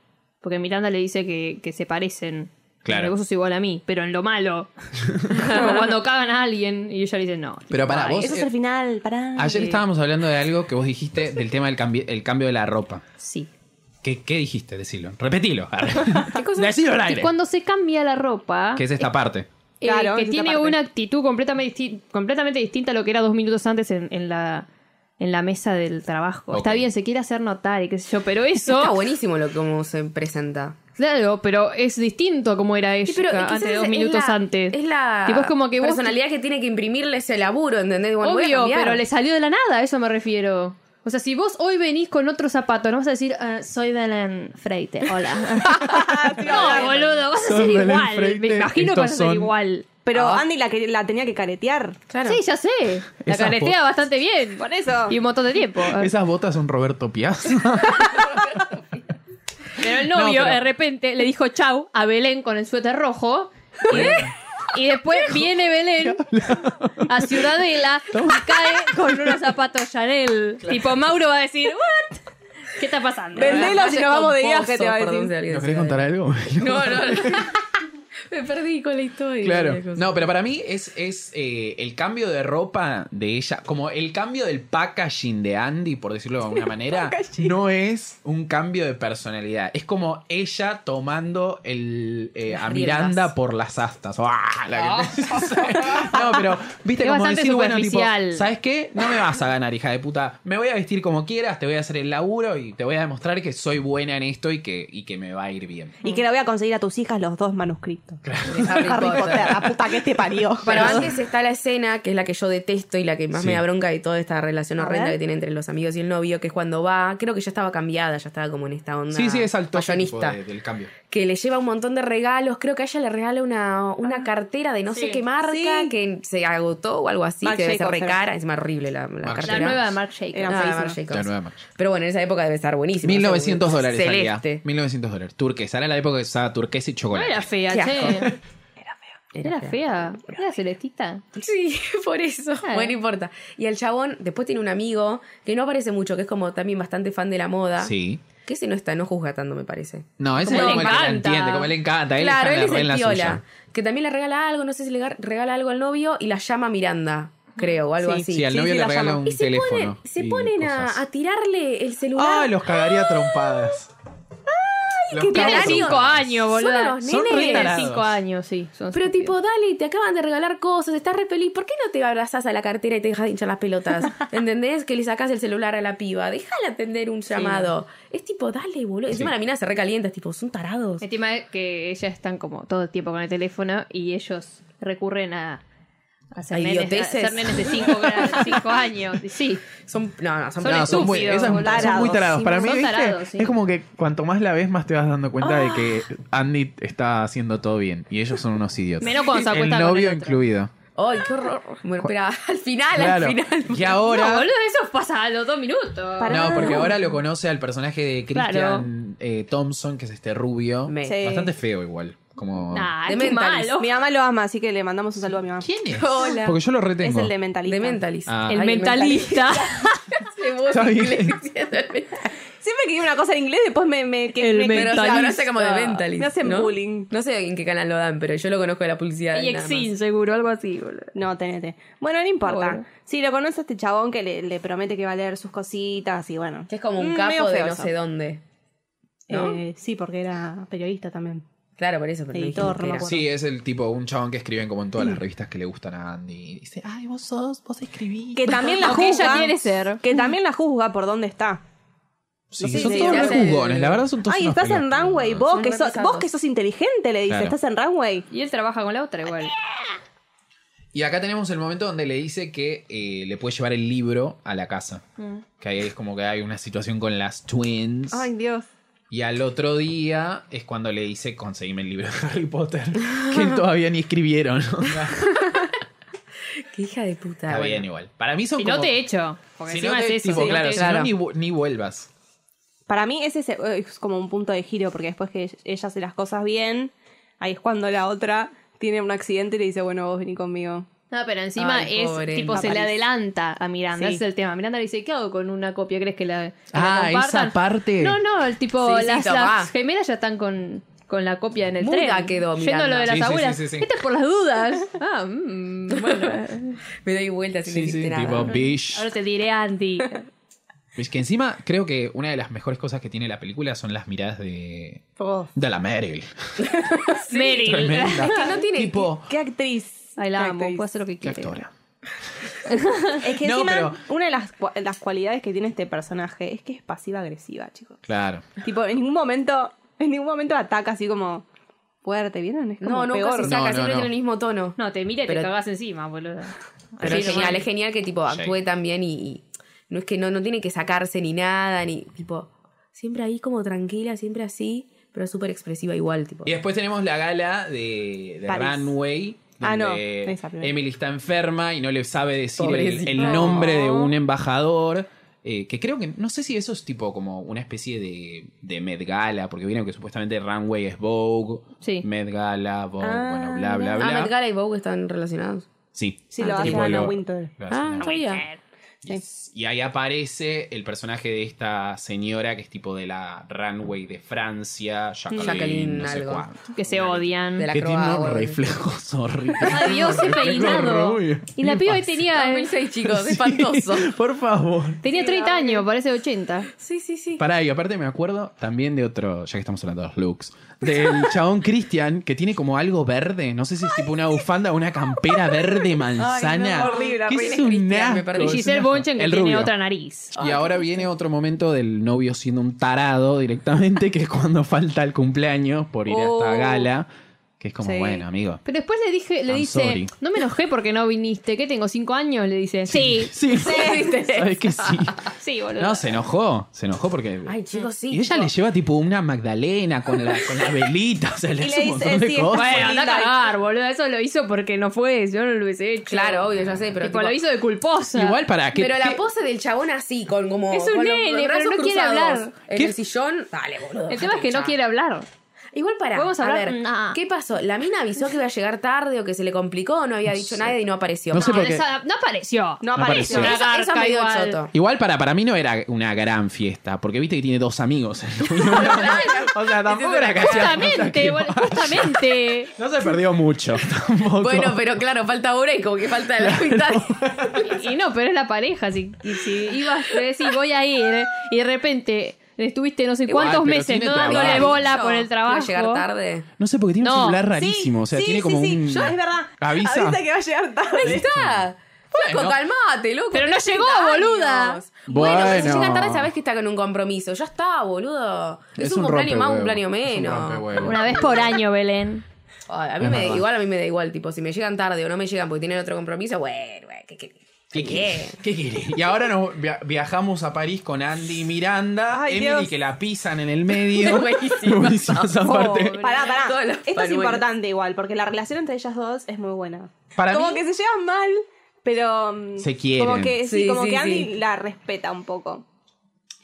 [SPEAKER 4] Porque Miranda le dice que, que se parecen.
[SPEAKER 1] Claro.
[SPEAKER 4] Porque vos sos igual a mí, pero en lo malo. Como cuando cagan a alguien y ella le dice no.
[SPEAKER 1] Pero para
[SPEAKER 4] Ay,
[SPEAKER 1] vos,
[SPEAKER 3] Eso es
[SPEAKER 1] eh,
[SPEAKER 3] el final, pará.
[SPEAKER 1] ayer estábamos hablando de algo que vos dijiste del tema del cambi- el cambio de la ropa.
[SPEAKER 4] Sí.
[SPEAKER 1] ¿Qué, qué dijiste? Decilo. Repetilo. Decilo al
[SPEAKER 4] Que
[SPEAKER 1] aire.
[SPEAKER 4] cuando se cambia la ropa,
[SPEAKER 1] Que es esta parte.
[SPEAKER 4] eh,
[SPEAKER 3] Claro,
[SPEAKER 4] que
[SPEAKER 3] esa
[SPEAKER 4] tiene
[SPEAKER 3] parte.
[SPEAKER 4] una actitud completamente, disti- completamente distinta a lo que era dos minutos antes en, en la, en la mesa del trabajo.
[SPEAKER 1] Ok.
[SPEAKER 4] Está bien, se quiere hacer notar y qué sé yo, pero eso...
[SPEAKER 2] Está buenísimo lo como se presenta.
[SPEAKER 4] Claro, pero es distinto a como era ella
[SPEAKER 2] Sí, pero quizás
[SPEAKER 4] antes de dos
[SPEAKER 2] es- es
[SPEAKER 4] minutos
[SPEAKER 2] la-
[SPEAKER 4] antes.
[SPEAKER 2] Es la
[SPEAKER 4] Tipo, es como que vos-
[SPEAKER 2] personalidad que tiene que imprimirle ese laburo, ¿entendés? Bueno, voy a
[SPEAKER 4] Obvio,
[SPEAKER 2] cambiar.
[SPEAKER 4] pero le salió de la nada, a eso me refiero. O sea, si vos hoy venís con otro zapato, no vas a decir, "Ah, soy Belén Freite, hola. no, boludo, vas a
[SPEAKER 6] Soy
[SPEAKER 4] ser
[SPEAKER 6] Belén
[SPEAKER 4] igual.
[SPEAKER 6] Freite,
[SPEAKER 4] Me imagino que vas a
[SPEAKER 6] estos
[SPEAKER 4] ser
[SPEAKER 6] son-
[SPEAKER 4] igual. Ah,
[SPEAKER 3] Pero
[SPEAKER 1] Ah.
[SPEAKER 3] Andy la, que- la tenía que caretear.
[SPEAKER 2] Claro.
[SPEAKER 4] Sí, ya sé. La
[SPEAKER 6] Esas
[SPEAKER 4] caretea
[SPEAKER 6] po-
[SPEAKER 4] bastante bien.
[SPEAKER 3] Por eso.
[SPEAKER 4] Y un montón de tiempo.
[SPEAKER 6] Esas botas son Roberto Piazza.
[SPEAKER 4] Pero el novio,
[SPEAKER 6] No, pero-
[SPEAKER 4] de repente, le dijo chau a Belén con el suéter rojo. Y, y después viene Belén a Ciudadela y cae con unos zapatos Chanel. Tipo, Mauro va a decir, ¿what? ¿Qué está pasando?
[SPEAKER 3] Vendelo si nos vamos de viaje, te va a
[SPEAKER 2] Perdón si
[SPEAKER 3] decir.
[SPEAKER 2] alguien
[SPEAKER 6] ¿Nos querés
[SPEAKER 2] se va de-
[SPEAKER 6] contar algo?
[SPEAKER 2] No, no, no. Me perdí con la historia.
[SPEAKER 1] Claro.
[SPEAKER 2] Una cosa.
[SPEAKER 1] No, pero para mí es, es eh, el cambio de ropa de ella, como el cambio del packaging de Andy, por decirlo de alguna manera, no es un cambio de personalidad. Es como ella tomando el, eh,
[SPEAKER 2] Las
[SPEAKER 1] a
[SPEAKER 2] riendas.
[SPEAKER 1] Miranda por las astas. ¡Ah! La que- no, pero viste
[SPEAKER 4] Es
[SPEAKER 1] como
[SPEAKER 4] bastante
[SPEAKER 1] decir, bueno, tipo,
[SPEAKER 4] superficial.
[SPEAKER 1] ¿sabes qué? No me vas a ganar, hija de puta. Me voy a vestir como quieras, te voy a hacer el laburo y te voy a demostrar que soy buena en esto y que, y que me va a ir bien.
[SPEAKER 3] Y que la voy a conseguir a tus hijas los dos manuscritos.
[SPEAKER 2] De
[SPEAKER 1] pues,
[SPEAKER 2] Harry
[SPEAKER 3] Harry
[SPEAKER 2] Potter.
[SPEAKER 3] Potter, la puta que te parió.
[SPEAKER 2] Pero antes está la escena, que es la que yo detesto y la que más
[SPEAKER 1] Sí.
[SPEAKER 2] me da bronca de toda esta relación
[SPEAKER 3] A
[SPEAKER 2] horrenda
[SPEAKER 3] ver.
[SPEAKER 2] que tiene entre los amigos y el novio, que es cuando va, creo que ya estaba cambiada, ya estaba como en esta onda
[SPEAKER 1] Sí, sí, es al toque, tipo,
[SPEAKER 2] fashionista,
[SPEAKER 1] de- del cambio.
[SPEAKER 2] que le lleva un montón de regalos, creo que a ella le regala una, una cartera de no
[SPEAKER 4] Sí.
[SPEAKER 2] sé qué marca,
[SPEAKER 3] Sí.
[SPEAKER 2] que se agotó o algo así,
[SPEAKER 3] Marc
[SPEAKER 2] que debe ser
[SPEAKER 3] Jacobs era.
[SPEAKER 2] recara, encima horrible la, la
[SPEAKER 1] Marc
[SPEAKER 4] La
[SPEAKER 2] cartera.
[SPEAKER 1] Jacobs.
[SPEAKER 4] nueva de Marc Jacobs.
[SPEAKER 3] Era
[SPEAKER 2] Ah,
[SPEAKER 3] feísima.
[SPEAKER 2] Marc Jacobs.
[SPEAKER 1] La nueva Marc.
[SPEAKER 2] Pero bueno, en esa época debe estar buenísima.
[SPEAKER 1] 1900 dólares
[SPEAKER 2] Celeste.
[SPEAKER 1] salía. 1900 dólares. Turquesa. Era la época que se usaba turquesa y
[SPEAKER 4] No
[SPEAKER 1] chocolate.
[SPEAKER 4] era fea,
[SPEAKER 2] Qué
[SPEAKER 4] che.
[SPEAKER 2] asco.
[SPEAKER 4] Era fea. Era celestita.
[SPEAKER 2] Sí, por eso.
[SPEAKER 4] Claro.
[SPEAKER 2] Bueno, no importa. Y el chabón después tiene un amigo que no aparece mucho, que es como también bastante fan de la moda.
[SPEAKER 1] Sí.
[SPEAKER 2] Que ese no está, no juzga tanto, me parece.
[SPEAKER 1] No, ese
[SPEAKER 4] Como
[SPEAKER 1] es
[SPEAKER 4] le
[SPEAKER 1] como el que la
[SPEAKER 4] encanta.
[SPEAKER 1] entiende, como le encanta. Él
[SPEAKER 2] claro,
[SPEAKER 1] está
[SPEAKER 2] él es
[SPEAKER 1] re en
[SPEAKER 2] el
[SPEAKER 1] la
[SPEAKER 2] piola.
[SPEAKER 1] suya.
[SPEAKER 2] Que también le regala algo, no sé si le gar- regala algo al novio y la llama Miranda, creo, o algo
[SPEAKER 3] Sí,
[SPEAKER 2] así.
[SPEAKER 1] Sí, al
[SPEAKER 3] sí,
[SPEAKER 1] novio
[SPEAKER 3] sí,
[SPEAKER 1] le
[SPEAKER 3] la
[SPEAKER 1] regala
[SPEAKER 3] llama.
[SPEAKER 1] un
[SPEAKER 2] y se,
[SPEAKER 1] teléfono.
[SPEAKER 2] ponen, se
[SPEAKER 1] y
[SPEAKER 2] ponen
[SPEAKER 1] cosas.
[SPEAKER 2] a, a tirarle el
[SPEAKER 6] Ah,
[SPEAKER 2] celular.
[SPEAKER 6] los cagaría a trompadas. Los
[SPEAKER 2] qué
[SPEAKER 6] cago a
[SPEAKER 2] Claro.
[SPEAKER 4] Tiene cinco
[SPEAKER 2] Son
[SPEAKER 6] trompadas.
[SPEAKER 4] años, boludo.
[SPEAKER 2] unos Son nenes.
[SPEAKER 4] Tiene
[SPEAKER 6] retarados.
[SPEAKER 4] cinco años, sí. son
[SPEAKER 2] Pero
[SPEAKER 4] estúpidos.
[SPEAKER 2] tipo, dale, te acaban de regalar cosas, estás re feliz, ¿por qué no te abrazás a la cartera y te dejas de hinchar las pelotas? ¿Entendés? Que le sacás el celular a la piba, déjala atender un llamado. Es tipo, dale, boludo. Encima
[SPEAKER 1] Sí.
[SPEAKER 2] la mina se recalienta, es tipo, son tarados.
[SPEAKER 4] Encima es que ellas están como todo el tiempo con el teléfono y ellos recurren a a hacer
[SPEAKER 2] A
[SPEAKER 4] nenes, a
[SPEAKER 2] idioteces.
[SPEAKER 4] hacer nenes de 5 años. Y Sí,
[SPEAKER 2] Son, no, no, son,
[SPEAKER 4] Son
[SPEAKER 2] no,
[SPEAKER 4] estúpidos.
[SPEAKER 2] son
[SPEAKER 6] son muy, esas- son
[SPEAKER 4] boludo.
[SPEAKER 6] muy tarados.
[SPEAKER 2] Sí,
[SPEAKER 6] Para
[SPEAKER 4] son
[SPEAKER 6] mí, ¿viste?
[SPEAKER 4] tarados, sí.
[SPEAKER 6] Es como que cuanto más la ves, más te vas dando cuenta de que Andy está haciendo todo bien. Y ellos son unos idiotas.
[SPEAKER 4] Menos cuando se
[SPEAKER 6] El
[SPEAKER 4] acuesta con el
[SPEAKER 6] novio
[SPEAKER 4] otro. Ah,
[SPEAKER 6] incluido.
[SPEAKER 2] Ay, qué horror. Bueno, espera, al final,
[SPEAKER 6] Claro.
[SPEAKER 2] al final.
[SPEAKER 1] Y ahora.
[SPEAKER 4] No, boludo, eso pasa a los dos minutos.
[SPEAKER 1] No, porque ahora lo conoce al personaje de Christian
[SPEAKER 4] Claro.
[SPEAKER 1] eh, Thompson, que es este rubio.
[SPEAKER 2] Me-
[SPEAKER 3] Sí.
[SPEAKER 1] Bastante feo igual. Como.
[SPEAKER 4] Nah,
[SPEAKER 2] De
[SPEAKER 4] qué
[SPEAKER 2] mentalista.
[SPEAKER 4] malo.
[SPEAKER 3] Mi mamá lo ama, así que le mandamos un saludo a mi mamá.
[SPEAKER 1] ¿Quién es?
[SPEAKER 2] Hola.
[SPEAKER 1] Porque yo lo
[SPEAKER 3] Es
[SPEAKER 1] retengo.
[SPEAKER 3] el de mentalista.
[SPEAKER 2] De Mentalist.
[SPEAKER 1] Ah.
[SPEAKER 4] El
[SPEAKER 2] Ay,
[SPEAKER 4] mentalista.
[SPEAKER 2] Sí, vos
[SPEAKER 6] Está bien.
[SPEAKER 2] inglés diciendo el mentalista.
[SPEAKER 3] Siempre que digo una cosa en inglés, después me. me que,
[SPEAKER 4] El
[SPEAKER 3] me-
[SPEAKER 2] Pero se abraza
[SPEAKER 4] Mentalista.
[SPEAKER 2] como de Mentalist.
[SPEAKER 3] Me hacen
[SPEAKER 2] ¿no?
[SPEAKER 3] bullying.
[SPEAKER 2] No sé en qué canal lo dan, pero yo lo conozco de la publicidad.
[SPEAKER 4] Y
[SPEAKER 2] nada más.
[SPEAKER 4] Exin, seguro, algo así, boludo.
[SPEAKER 3] No, TNT. Bueno, no importa.
[SPEAKER 4] Bueno.
[SPEAKER 3] Si lo conoce a este chabón que le, le promete que va a leer sus cositas y bueno.
[SPEAKER 2] Que es como un
[SPEAKER 3] Mm,
[SPEAKER 2] capo
[SPEAKER 3] medio
[SPEAKER 2] de
[SPEAKER 3] feo
[SPEAKER 2] no
[SPEAKER 3] eso.
[SPEAKER 2] sé dónde. ¿no?
[SPEAKER 3] Eh, sí, porque era periodista también.
[SPEAKER 2] Claro, por eso. Pero no dijimos
[SPEAKER 3] Editor,
[SPEAKER 2] que
[SPEAKER 3] no me
[SPEAKER 2] era.
[SPEAKER 3] acuerdo.
[SPEAKER 1] Sí, es el tipo, un chabón que escriben como en todas
[SPEAKER 3] Mm.
[SPEAKER 1] las revistas que le gustan a Andy. Y dice, ay, vos sos, vos escribís.
[SPEAKER 3] Que también la
[SPEAKER 4] Lo que
[SPEAKER 3] juzga.
[SPEAKER 4] ella quiere ser.
[SPEAKER 3] Que también la juzga por dónde está.
[SPEAKER 1] Sí,
[SPEAKER 2] No sé,
[SPEAKER 1] son
[SPEAKER 2] sí,
[SPEAKER 1] todos
[SPEAKER 2] sí,
[SPEAKER 1] re
[SPEAKER 2] hace-
[SPEAKER 1] jugones, la verdad son todos
[SPEAKER 3] Ay,
[SPEAKER 1] unos
[SPEAKER 3] estás en
[SPEAKER 1] pelotudos.
[SPEAKER 3] runway, vos
[SPEAKER 2] Son
[SPEAKER 3] que,
[SPEAKER 2] re
[SPEAKER 3] sos,
[SPEAKER 2] pesados.
[SPEAKER 3] vos que sos inteligente, le dice.
[SPEAKER 1] Claro.
[SPEAKER 3] Estás en runway.
[SPEAKER 4] Y él trabaja con la otra igual.
[SPEAKER 1] Y acá tenemos el momento donde le dice que eh, le puede llevar el libro a la casa. Que ahí es como que hay una situación con las twins.
[SPEAKER 3] Ay, Dios.
[SPEAKER 1] Y al otro día es cuando le dice, conseguime el libro de Harry Potter. que todavía ni escribieron.
[SPEAKER 4] Ah,
[SPEAKER 2] Qué hija de puta.
[SPEAKER 1] Está
[SPEAKER 2] bueno.
[SPEAKER 1] bien igual. Para mí son
[SPEAKER 4] Si
[SPEAKER 1] como...
[SPEAKER 4] no te echo. Porque
[SPEAKER 1] si no
[SPEAKER 4] encima
[SPEAKER 1] te-
[SPEAKER 4] es eso.
[SPEAKER 1] tipo,
[SPEAKER 4] si no
[SPEAKER 1] claro,
[SPEAKER 4] te-
[SPEAKER 1] si no ni, vu- ni vuelvas.
[SPEAKER 3] Para mí ese es, es como un punto de giro, porque después que ella hace las cosas bien, ahí es cuando la otra tiene un accidente y le dice, bueno, vos vení conmigo.
[SPEAKER 4] No, pero encima
[SPEAKER 2] Ay,
[SPEAKER 4] es
[SPEAKER 2] pobre,
[SPEAKER 4] tipo se le
[SPEAKER 3] París.
[SPEAKER 4] adelanta a Miranda,
[SPEAKER 3] Sí.
[SPEAKER 4] ese es el tema. Miranda le dice, ¿qué hago con una copia? ¿Crees que la, que la
[SPEAKER 1] Ah,
[SPEAKER 4] compartan?
[SPEAKER 1] esa parte.
[SPEAKER 4] No, no, el tipo
[SPEAKER 2] Sí, sí,
[SPEAKER 4] las,
[SPEAKER 2] tomá.
[SPEAKER 4] las gemelas ya están con, con la copia en el
[SPEAKER 2] Muda
[SPEAKER 4] tren.
[SPEAKER 2] quedó
[SPEAKER 4] yendo a
[SPEAKER 2] Miranda.
[SPEAKER 4] lo de las
[SPEAKER 1] Sí, sí,
[SPEAKER 4] abuelas.
[SPEAKER 1] sí, sí, sí.
[SPEAKER 4] Esto es por las dudas. Ah, mm, bueno.
[SPEAKER 2] Me doy vuelta sin
[SPEAKER 1] Sí,
[SPEAKER 2] decirte
[SPEAKER 1] sí,
[SPEAKER 2] nada.
[SPEAKER 1] tipo, bish.
[SPEAKER 4] Ahora te diré Andy.
[SPEAKER 1] Es que encima creo que una de las mejores cosas que tiene la película son las miradas de... De la Meryl.
[SPEAKER 4] Meryl.
[SPEAKER 1] Tremenda.
[SPEAKER 3] Es que no tiene...
[SPEAKER 1] Tipo-
[SPEAKER 3] ¿Qué actriz?
[SPEAKER 4] Ay,
[SPEAKER 3] ¿Qué
[SPEAKER 4] la amo,
[SPEAKER 2] pues.
[SPEAKER 3] actriz?
[SPEAKER 4] puede hacer lo que
[SPEAKER 1] Qué
[SPEAKER 4] quiera.
[SPEAKER 1] actora.
[SPEAKER 3] Es que
[SPEAKER 1] No,
[SPEAKER 3] encima,
[SPEAKER 1] pero-
[SPEAKER 3] una de las, cua- las cualidades que tiene este personaje es que es pasiva-agresiva, chicos.
[SPEAKER 1] Claro.
[SPEAKER 3] Tipo, en ningún momento, en ningún momento ataca así como fuerte, ¿vieron? Es como
[SPEAKER 2] No, no,
[SPEAKER 3] peor.
[SPEAKER 2] se saca,
[SPEAKER 1] No, no,
[SPEAKER 2] siempre
[SPEAKER 1] no.
[SPEAKER 2] tiene el mismo tono.
[SPEAKER 4] No, te mira y
[SPEAKER 2] Pero-
[SPEAKER 4] te cagás encima, boludo.
[SPEAKER 2] Pero
[SPEAKER 4] Así
[SPEAKER 2] es genial,
[SPEAKER 4] nomás.
[SPEAKER 2] es genial que tipo actúe
[SPEAKER 1] Sí.
[SPEAKER 2] tan bien y, y no es que no, no tiene que sacarse ni nada, ni tipo, siempre ahí como tranquila, siempre así, pero súper expresiva igual, tipo.
[SPEAKER 7] Y después tenemos la gala de, de
[SPEAKER 3] París.
[SPEAKER 7] Runway.
[SPEAKER 3] Ah, no,
[SPEAKER 7] donde
[SPEAKER 3] esa primera.
[SPEAKER 7] Emily está enferma y no le sabe decir el,
[SPEAKER 2] Pobrecita.
[SPEAKER 7] el nombre de un embajador. eh, que creo que, no sé si eso es tipo como una especie de, de Met Gala, porque vieron que supuestamente Runway es Vogue,
[SPEAKER 4] Sí.
[SPEAKER 7] Med Gala, Vogue,
[SPEAKER 3] Ah,
[SPEAKER 7] bueno, bla, bla,
[SPEAKER 2] Ah,
[SPEAKER 7] bla.
[SPEAKER 2] Met Gala y Vogue están relacionados.
[SPEAKER 7] Sí,
[SPEAKER 3] Sí, lo
[SPEAKER 2] Ah,
[SPEAKER 3] hace
[SPEAKER 2] tipo
[SPEAKER 3] Anna
[SPEAKER 7] lo-
[SPEAKER 3] Winter.
[SPEAKER 7] lo hace
[SPEAKER 2] Ah,
[SPEAKER 7] una-
[SPEAKER 2] no sabía.
[SPEAKER 7] Yes. Y ahí aparece el personaje de esta señora que es tipo de la Runway de Francia, Jacqueline,
[SPEAKER 2] Jacqueline
[SPEAKER 7] no sé
[SPEAKER 2] algo.
[SPEAKER 7] cuánto.
[SPEAKER 4] Que se odian.
[SPEAKER 2] De la
[SPEAKER 1] que tiene
[SPEAKER 2] Croa,
[SPEAKER 1] unos
[SPEAKER 2] bueno.
[SPEAKER 1] reflejos horribles.
[SPEAKER 4] Ay, Ah, Dios, ese peinado.
[SPEAKER 1] rubio.
[SPEAKER 4] Y la
[SPEAKER 1] ¿Qué
[SPEAKER 4] piba ahí
[SPEAKER 1] pasa?
[SPEAKER 4] tenía, eh,
[SPEAKER 2] 2006, chicos, espantoso.
[SPEAKER 1] Por favor.
[SPEAKER 4] tenía 30 años, parece 80.
[SPEAKER 2] Sí, sí, sí.
[SPEAKER 1] Pará, y aparte me acuerdo también de otro, ya que estamos hablando de los looks, del chabón Christian que tiene como algo verde, no sé si es tipo una bufanda, una campera verde manzana.
[SPEAKER 3] horrible,
[SPEAKER 1] ¿Qué
[SPEAKER 3] horrible
[SPEAKER 1] es un
[SPEAKER 2] Christian, me
[SPEAKER 1] asco,
[SPEAKER 2] parece.
[SPEAKER 4] Y
[SPEAKER 1] es un
[SPEAKER 4] Giselle
[SPEAKER 1] asco.
[SPEAKER 4] Bonchen que
[SPEAKER 1] El
[SPEAKER 4] tiene
[SPEAKER 1] rubio.
[SPEAKER 4] otra nariz.
[SPEAKER 1] Y ahora viene otro momento del novio siendo un tarado directamente, que es cuando falta el cumpleaños por ir a esta
[SPEAKER 3] Oh.
[SPEAKER 1] gala, que es como,
[SPEAKER 3] Sí.
[SPEAKER 1] bueno, amigo.
[SPEAKER 4] Pero después le dije, le
[SPEAKER 1] I'm
[SPEAKER 4] dice,
[SPEAKER 1] sorry.
[SPEAKER 4] no me enojé porque no viniste, que tengo 5 años, le dice. Sí,
[SPEAKER 1] Sí, ¿sabes que sí?
[SPEAKER 4] sí, boludo.
[SPEAKER 1] No, se enojó, se enojó porque...
[SPEAKER 2] Ay, chicos, sí.
[SPEAKER 1] Y ella le lleva tipo una magdalena con la, con la velita, o sea, le
[SPEAKER 3] Y
[SPEAKER 1] hace
[SPEAKER 3] le
[SPEAKER 1] un
[SPEAKER 3] dice,
[SPEAKER 1] montón de
[SPEAKER 3] sí, está
[SPEAKER 1] cosas.
[SPEAKER 4] Bueno, anda a cagar, boludo. Eso lo hizo porque no fue, yo no lo hubiese hecho.
[SPEAKER 2] Claro, obvio, ya sé, pero
[SPEAKER 4] Tipo,
[SPEAKER 2] tipo-
[SPEAKER 4] lo hizo de culposa.
[SPEAKER 1] Igual para que.
[SPEAKER 2] pero la
[SPEAKER 1] que-
[SPEAKER 2] pose del chabón así, con como.
[SPEAKER 4] Es un
[SPEAKER 2] con
[SPEAKER 4] nene, pero
[SPEAKER 2] brazos
[SPEAKER 4] no quiere
[SPEAKER 2] cruzados
[SPEAKER 4] hablar.
[SPEAKER 2] En
[SPEAKER 1] ¿Qué?
[SPEAKER 2] el sillón, dale, boludo.
[SPEAKER 4] El tema es que no
[SPEAKER 2] ya.
[SPEAKER 4] quiere hablar.
[SPEAKER 2] Igual para.
[SPEAKER 4] Podemos
[SPEAKER 2] a
[SPEAKER 4] hablar,
[SPEAKER 2] ver,
[SPEAKER 4] nah.
[SPEAKER 2] ¿qué pasó? La mina avisó que iba a llegar tarde o que se le complicó, no había dicho nada y no apareció.
[SPEAKER 1] No sé
[SPEAKER 4] No,
[SPEAKER 1] por qué.
[SPEAKER 4] esa- no apareció.
[SPEAKER 3] No
[SPEAKER 1] No
[SPEAKER 3] aparece.
[SPEAKER 1] apareció.
[SPEAKER 4] Una
[SPEAKER 2] Eso- eso
[SPEAKER 4] garca
[SPEAKER 2] me dio
[SPEAKER 4] igual.
[SPEAKER 2] choto.
[SPEAKER 1] Igual para, para mí no era una gran fiesta, porque viste que tiene dos amigos. o sea, tampoco era que hacía falta
[SPEAKER 4] Justamente,
[SPEAKER 1] que-
[SPEAKER 4] boludo, justamente.
[SPEAKER 1] No se perdió mucho, tampoco.
[SPEAKER 2] Bueno, pero claro, falta hora y como que falta la mitad.
[SPEAKER 4] Ah, Y no, pero es la pareja. Si, y si ibas a decir voy a ir y de repente estuviste no sé
[SPEAKER 1] Igual,
[SPEAKER 4] cuántos
[SPEAKER 1] pero
[SPEAKER 4] meses
[SPEAKER 1] tiene
[SPEAKER 4] no
[SPEAKER 1] trabajo.
[SPEAKER 4] dándole bola por el
[SPEAKER 2] Iba a
[SPEAKER 4] trabajo.
[SPEAKER 2] llegar tarde.
[SPEAKER 1] No sé, porque tiene
[SPEAKER 4] No.
[SPEAKER 1] un celular
[SPEAKER 3] Sí,
[SPEAKER 1] rarísimo. o sea,
[SPEAKER 3] sí,
[SPEAKER 1] tiene
[SPEAKER 3] sí,
[SPEAKER 1] como
[SPEAKER 3] sí.
[SPEAKER 1] un.
[SPEAKER 3] Yo- es verdad.
[SPEAKER 1] Avisa.
[SPEAKER 3] Avisa que va a llegar
[SPEAKER 2] Ahí
[SPEAKER 3] tarde.
[SPEAKER 2] está. Flaco, calmate, loco.
[SPEAKER 4] Pero no
[SPEAKER 2] tenés
[SPEAKER 4] llegó,
[SPEAKER 2] 30
[SPEAKER 4] boluda.
[SPEAKER 2] años. Bueno, pero si
[SPEAKER 1] Bueno.
[SPEAKER 2] llega tarde sabes que está con un compromiso. Ya está, boludo. Es,
[SPEAKER 1] Es
[SPEAKER 2] un,
[SPEAKER 1] un
[SPEAKER 2] cumpleaños más, un
[SPEAKER 1] rompehuevo.
[SPEAKER 2] cumpleaños
[SPEAKER 1] Es un
[SPEAKER 2] menos.
[SPEAKER 1] rompehuevo.
[SPEAKER 4] Una vez por año, Belén.
[SPEAKER 2] Ay, a mí
[SPEAKER 1] Es
[SPEAKER 2] me,
[SPEAKER 1] verdad.
[SPEAKER 2] igual a mí me da igual, tipo, si me llegan tarde o no me llegan porque tienen otro compromiso, bueno, bueno, ¿qué, qué,
[SPEAKER 1] ¿Qué
[SPEAKER 2] bien.
[SPEAKER 1] quiere? ¿Qué quiere? Y ahora nos via- viajamos a París con Andy y Miranda,
[SPEAKER 3] Ay,
[SPEAKER 1] Emily
[SPEAKER 3] Dios.
[SPEAKER 1] que la pisan en el medio.
[SPEAKER 2] Buenísimo.
[SPEAKER 1] Buenísimo esa parte.
[SPEAKER 2] Pobre.
[SPEAKER 3] Pará,
[SPEAKER 2] Todos los
[SPEAKER 3] pará. Esto es
[SPEAKER 2] pañuelos.
[SPEAKER 3] importante igual, porque la relación entre ellas dos es muy buena.
[SPEAKER 1] Para
[SPEAKER 3] como
[SPEAKER 1] mí-
[SPEAKER 3] que se llevan mal, pero. mm,
[SPEAKER 1] Se quieren.
[SPEAKER 3] Como que, sí,
[SPEAKER 2] Sí,
[SPEAKER 3] como
[SPEAKER 2] sí,
[SPEAKER 3] que Andy
[SPEAKER 2] sí.
[SPEAKER 3] la respeta un poco.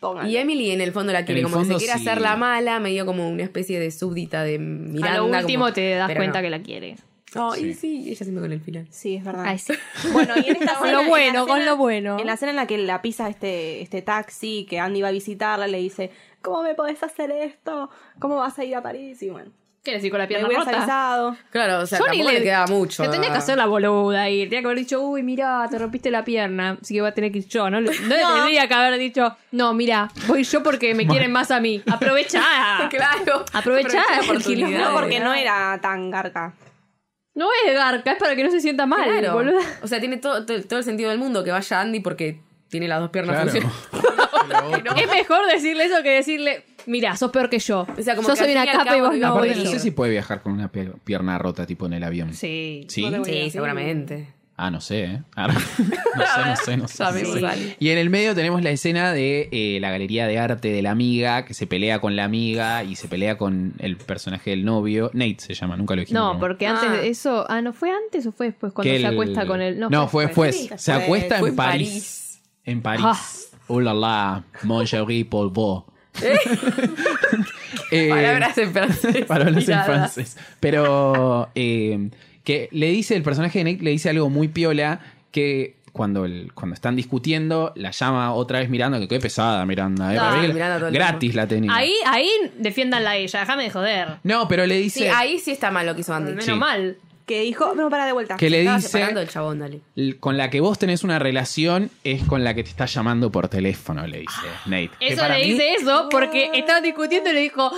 [SPEAKER 3] Pónganlo.
[SPEAKER 4] Em-
[SPEAKER 2] Y Emily en el fondo la quiere,
[SPEAKER 1] el
[SPEAKER 2] como que se
[SPEAKER 1] fondo
[SPEAKER 2] quiere
[SPEAKER 1] sí.
[SPEAKER 2] hacer la mala, medio como una especie de súbdita de Miranda.
[SPEAKER 4] a lo último
[SPEAKER 2] como-
[SPEAKER 4] te das
[SPEAKER 2] pero
[SPEAKER 4] cuenta
[SPEAKER 2] no.
[SPEAKER 4] que la quiere.
[SPEAKER 2] Ay, sí. ella siempre con el final.
[SPEAKER 3] Sí, es verdad.
[SPEAKER 4] Ay, sí.
[SPEAKER 3] Bueno, y en esta
[SPEAKER 4] Con
[SPEAKER 3] escena-
[SPEAKER 4] lo
[SPEAKER 3] en la
[SPEAKER 4] bueno, con
[SPEAKER 3] escena-
[SPEAKER 4] lo bueno.
[SPEAKER 3] En la escena en la que la pisa este, este taxi, que Andy va a visitarla, le dice, ¿cómo me podés hacer esto? ¿Cómo vas a ir a París? Y bueno,
[SPEAKER 4] ¿Qué decir con la
[SPEAKER 3] me
[SPEAKER 4] pierna
[SPEAKER 3] hubieras
[SPEAKER 4] rota?
[SPEAKER 3] avisado.
[SPEAKER 2] Claro, o sea,
[SPEAKER 4] Yo ni
[SPEAKER 2] tampoco le, quedaba mucho.
[SPEAKER 4] Le tenía que hacer la boluda ahí. Tenía que haber dicho, uy, mirá, te rompiste la pierna. Así que va a tener que ir yo. No, le- no le tendría que haber dicho, no, mirá, voy yo porque me quieren más a mí. Aprovechá.
[SPEAKER 2] Claro.
[SPEAKER 4] Aprovechá
[SPEAKER 2] Aprovechá la
[SPEAKER 4] el quilombo,
[SPEAKER 2] oportunidad.
[SPEAKER 3] No, porque no era tan garca.
[SPEAKER 4] No es garca, es para que no se sienta mal,
[SPEAKER 2] Claro.
[SPEAKER 4] boluda.
[SPEAKER 2] O sea, tiene todo, todo, todo el sentido del mundo que vaya Andy porque tiene las dos piernas
[SPEAKER 1] Claro.
[SPEAKER 2] funcionales.
[SPEAKER 4] Es mejor decirle eso que decirle, mirá, sos peor que yo.
[SPEAKER 2] O sea, como
[SPEAKER 4] yo
[SPEAKER 2] que
[SPEAKER 4] soy
[SPEAKER 2] al
[SPEAKER 4] una
[SPEAKER 2] fin y al
[SPEAKER 4] capa y
[SPEAKER 2] cabo
[SPEAKER 4] vos no.
[SPEAKER 2] digamos,
[SPEAKER 1] Aparte,
[SPEAKER 2] voy
[SPEAKER 1] no
[SPEAKER 2] a
[SPEAKER 1] sé
[SPEAKER 2] ir.
[SPEAKER 1] si puede viajar con una pier- pierna rota, tipo en el avión.
[SPEAKER 4] Sí.
[SPEAKER 1] ¿Sí?
[SPEAKER 2] Sí, seguramente.
[SPEAKER 1] Ah, no sé, ¿eh? Ah, no sé, no sé, no sé, no
[SPEAKER 2] Sabemos
[SPEAKER 1] sé.
[SPEAKER 2] algo.
[SPEAKER 1] Y en el medio tenemos la escena de eh, la galería de arte de la amiga, que se pelea con la amiga y se pelea con el personaje del novio. Nate se llama, nunca lo dijimos.
[SPEAKER 4] No,
[SPEAKER 1] ¿no?
[SPEAKER 4] porque
[SPEAKER 2] Ah.
[SPEAKER 4] antes de eso. Ah, ¿no fue antes o fue después cuando
[SPEAKER 1] Que
[SPEAKER 4] se
[SPEAKER 1] el-
[SPEAKER 4] acuesta con él?
[SPEAKER 1] No, fue después. Se acuesta
[SPEAKER 2] Fue
[SPEAKER 1] en
[SPEAKER 2] en
[SPEAKER 1] París. En París.
[SPEAKER 4] Ah.
[SPEAKER 1] Oh la la, mon chéri pour vous. Eh,
[SPEAKER 2] Palabras en francés.
[SPEAKER 1] Palabras en
[SPEAKER 2] Miradas.
[SPEAKER 1] francés. Pero eh, que le dice, el personaje de Nate le dice algo muy piola que cuando, el- cuando están discutiendo, la llama otra vez Miranda, que qué pesada Miranda. eh,
[SPEAKER 4] No,
[SPEAKER 1] para mí que
[SPEAKER 2] Miranda todo el
[SPEAKER 1] gratis la tenía.
[SPEAKER 4] Ahí, ahí defiéndanla a ella, déjame de joder.
[SPEAKER 1] No, pero le dice
[SPEAKER 2] Sí, ahí sí está mal lo que hizo Andy.
[SPEAKER 4] Menos
[SPEAKER 1] Sí.
[SPEAKER 4] mal.
[SPEAKER 3] Que dijo, no, para de vuelta.
[SPEAKER 1] que le
[SPEAKER 2] Estaba
[SPEAKER 1] dice
[SPEAKER 2] separando el chabón, dale.
[SPEAKER 1] "L- con la que vos tenés una relación es con la que te está llamando por teléfono, le dice
[SPEAKER 3] Ah,
[SPEAKER 1] Nate. Que
[SPEAKER 4] Eso
[SPEAKER 1] para
[SPEAKER 4] le
[SPEAKER 1] mí-
[SPEAKER 4] dice eso porque estaban discutiendo y le dijo,